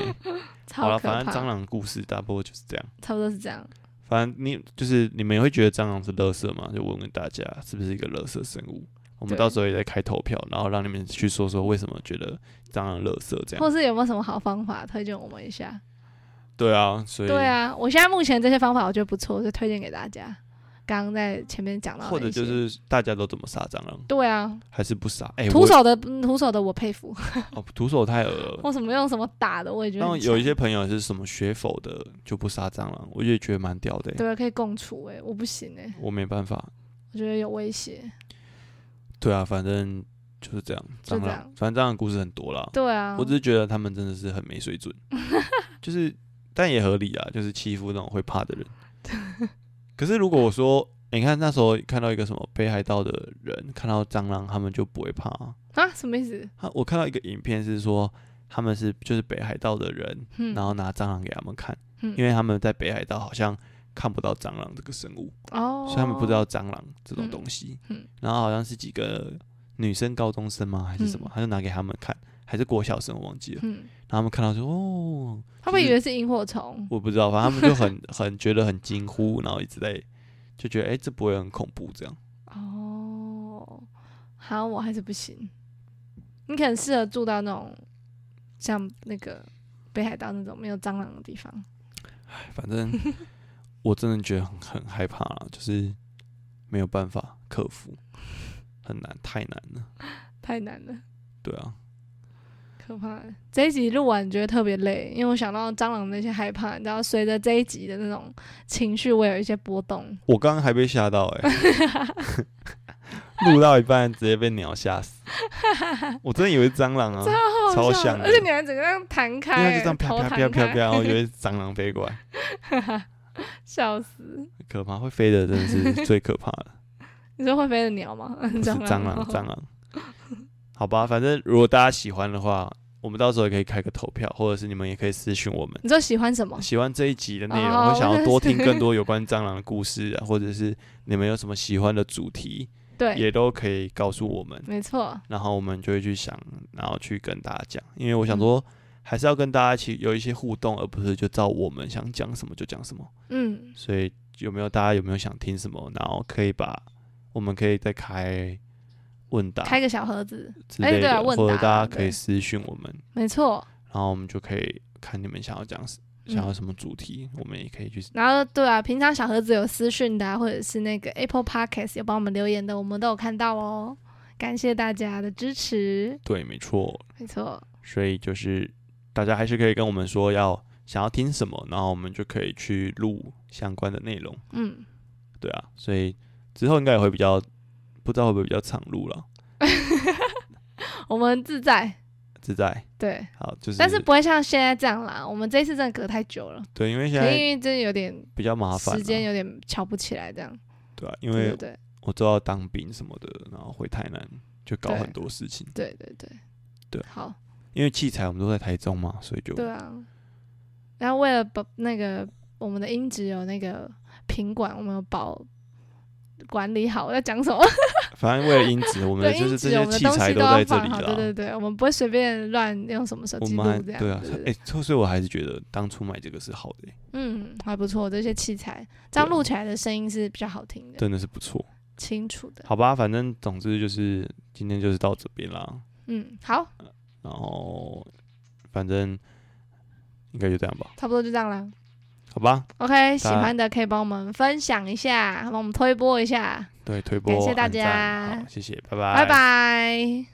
Speaker 1: 好
Speaker 2: 超
Speaker 1: 了，
Speaker 2: 可怕。
Speaker 1: 反正蟑螂故事大部分就是这样。
Speaker 2: 差不多是这样。
Speaker 1: 反正你就是你们也会觉得蟑螂是垃圾吗？就问问大家是不是一个垃圾生物。我们
Speaker 2: 对
Speaker 1: 到时候也在开投票，然后让你们去说说为什么觉得蟑螂垃圾这样。
Speaker 2: 或是有没有什么好方法推荐我们一下？
Speaker 1: 对啊，所以
Speaker 2: 对啊，我现在目前这些方法我觉得不错，我就推荐给大家。刚刚在前面讲到的
Speaker 1: 或者
Speaker 2: 一些
Speaker 1: 就是大家都怎么杀蟑螂，
Speaker 2: 对啊，
Speaker 1: 还是不杀？哎、
Speaker 2: 徒
Speaker 1: 我
Speaker 2: 手的嗯徒手的我佩服， [LAUGHS]
Speaker 1: 哦，徒手太恶了。
Speaker 2: 或什么用什么打的我也觉得
Speaker 1: 然后
Speaker 2: 很强。
Speaker 1: 有一些朋友是什么学否的就不杀蟑螂，我也觉得蛮屌的、欸。
Speaker 2: 对可以共处哎、我不行哎、
Speaker 1: 我没办法。
Speaker 2: 我觉得有威胁。
Speaker 1: 对啊，反正就是这样。
Speaker 2: 就
Speaker 1: 蟑螂
Speaker 2: 这样，
Speaker 1: 反正蟑螂故事很多啦。
Speaker 2: 对啊，
Speaker 1: 我只是觉得他们真的是很没水准，就是但也合理啊，就是欺负那种会怕的人。可是如果我说，欸你看那时候看到一个什么北海道的人看到蟑螂，他们就不会怕啊、
Speaker 2: 啊什么意思？
Speaker 1: 他我看到一个影片是说，他们是就是北海道的人，
Speaker 2: 嗯
Speaker 1: 然后拿蟑螂给他们看，
Speaker 2: 嗯
Speaker 1: 因为他们在北海道好像看不到蟑螂这个生物，
Speaker 2: 哦，
Speaker 1: 所以他们不知道蟑螂这种东西。
Speaker 2: 嗯嗯
Speaker 1: 然后好像是几个女生高中生吗还是什么，他就拿给他们看，还是国小生我忘记了。
Speaker 2: 嗯，
Speaker 1: 然后他们看到说哦，
Speaker 2: 他们以为是萤火虫，
Speaker 1: 我不知道，反正他们就
Speaker 2: [LAUGHS]
Speaker 1: 很很觉得很惊呼，然后一直在就觉得哎、这不会很恐怖这样。
Speaker 2: 哦，好，我还是不行。你可能适合住到那种像那个北海道那种没有蟑螂的地方。
Speaker 1: 唉反
Speaker 2: [LAUGHS]
Speaker 1: 正我真的觉得很很害怕啦，就是没有办法克服，很难，太难了。
Speaker 2: 太难了，
Speaker 1: 对啊，
Speaker 2: 可怕了。这一集录完觉得特别累，因为我想到蟑螂那些害怕，然后随着这一集的那种情绪，我有一些波动。
Speaker 1: 我刚刚还被吓到
Speaker 2: [LAUGHS]
Speaker 1: 哎、录到一半直接被鸟吓死，我真的以为是蟑螂啊，超
Speaker 2: 像
Speaker 1: 像
Speaker 2: 的，
Speaker 1: 的
Speaker 2: 而且你还整个这样弹
Speaker 1: 因为它
Speaker 2: 开，
Speaker 1: 就这样啪
Speaker 2: 头
Speaker 1: 啪
Speaker 2: 弹
Speaker 1: 啪啪啪，
Speaker 2: 开，
Speaker 1: 然后
Speaker 2: [LAUGHS]
Speaker 1: 我以为是蟑螂飞过来，
Speaker 2: 笑死！
Speaker 1: 很可怕，会飞的真的是最可怕的，
Speaker 2: 你说会飞的鸟吗？ [LAUGHS]
Speaker 1: 不是
Speaker 2: 蟑
Speaker 1: 蟑螂
Speaker 2: 哦，
Speaker 1: 蟑
Speaker 2: [LAUGHS]
Speaker 1: 螂。好吧，反正如果大家喜欢的话，我们到时候也可以开个投票，或者是你们也可以私讯我们。
Speaker 2: 你说喜欢什么？
Speaker 1: 喜欢这一集的内容，
Speaker 2: 哦
Speaker 1: 或想要多听
Speaker 2: 我
Speaker 1: 更多有关蟑螂的故事啊，或者是你们有什么喜欢的主题，
Speaker 2: 对，
Speaker 1: 也都可以告诉我们，
Speaker 2: 没错，
Speaker 1: 然后我们就会去想，然后去跟大家讲。因为我
Speaker 2: 嗯
Speaker 1: 想说，还是要跟大家一起有一些互动，而不是就照我们想讲什么就讲什么。
Speaker 2: 嗯，
Speaker 1: 所以有没有大家有没有想听什么？然后可以把我们可以再开问答
Speaker 2: 开个小盒子，
Speaker 1: 之类
Speaker 2: 哎对
Speaker 1: 的，
Speaker 2: 啊问答
Speaker 1: 或者大家可以
Speaker 2: 对
Speaker 1: 私讯我们，
Speaker 2: 没错。
Speaker 1: 然后我们就可以看你们想要讲什
Speaker 2: 嗯
Speaker 1: 想要什么主题，我们也可以去
Speaker 2: 然后对啊，平常小盒子有私讯的、啊，或者是那个 Apple Podcast 有帮我们留言的，我们都有看到哦。感谢大家的支持，
Speaker 1: 对，没错。
Speaker 2: 没错，
Speaker 1: 所以就是大家还是可以跟我们说要想要听什么，然后我们就可以去录相关的内容，
Speaker 2: 嗯，
Speaker 1: 对啊。所以之后应该也会比较，不知道会不会比较常录了，
Speaker 2: 我们自在，
Speaker 1: 自在。
Speaker 2: 对，
Speaker 1: 好，就是
Speaker 2: 但是不会像现在这样啦。我们这一次真的隔太久了，
Speaker 1: 对，因为
Speaker 2: 因
Speaker 1: 现在
Speaker 2: 为真的有点
Speaker 1: 比较麻烦啊、
Speaker 2: 时间有点瞧不起来，这样，
Speaker 1: 对啊，因
Speaker 2: 对
Speaker 1: 为
Speaker 2: 对对
Speaker 1: 我都要当兵什么的，然后回台南就搞
Speaker 2: 对
Speaker 1: 很多事情。
Speaker 2: 对对对，
Speaker 1: 对
Speaker 2: 好，
Speaker 1: 因为器材我们都在台中嘛，所以就
Speaker 2: 对啊。然后为了保那个我们的音质有那个品管，我们有保管理好。我在讲什么？
Speaker 1: 反正为了音质，我们的
Speaker 2: 对，
Speaker 1: 就是
Speaker 2: 音
Speaker 1: 这
Speaker 2: 质我
Speaker 1: 些
Speaker 2: 们的
Speaker 1: 器
Speaker 2: 东
Speaker 1: 材
Speaker 2: 西
Speaker 1: 都
Speaker 2: 要
Speaker 1: 在这
Speaker 2: 放
Speaker 1: 里
Speaker 2: 好，对对
Speaker 1: 啦。
Speaker 2: 对，我们不会随便乱用什么手
Speaker 1: 我
Speaker 2: 机录
Speaker 1: 们还
Speaker 2: 这样。
Speaker 1: 对啊，哎、所以我还是觉得当初买这个是好的、
Speaker 2: 嗯，还不错，这些器材这样
Speaker 1: 对
Speaker 2: 录起来的声音是比较好听的，
Speaker 1: 真的是不错。
Speaker 2: 清楚的。
Speaker 1: 好吧，反正总之就是今天就是到这边啦，
Speaker 2: 嗯，好，
Speaker 1: 然后反正应该就这样吧，
Speaker 2: 差不多就这样啦。
Speaker 1: 好吧，
Speaker 2: OK，喜
Speaker 1: 大家
Speaker 2: 欢的可以帮我们分享一下，帮我们推播一下，
Speaker 1: 对，推播，
Speaker 2: 感谢大
Speaker 1: 按赞
Speaker 2: 家
Speaker 1: 好，谢谢，
Speaker 2: 拜拜。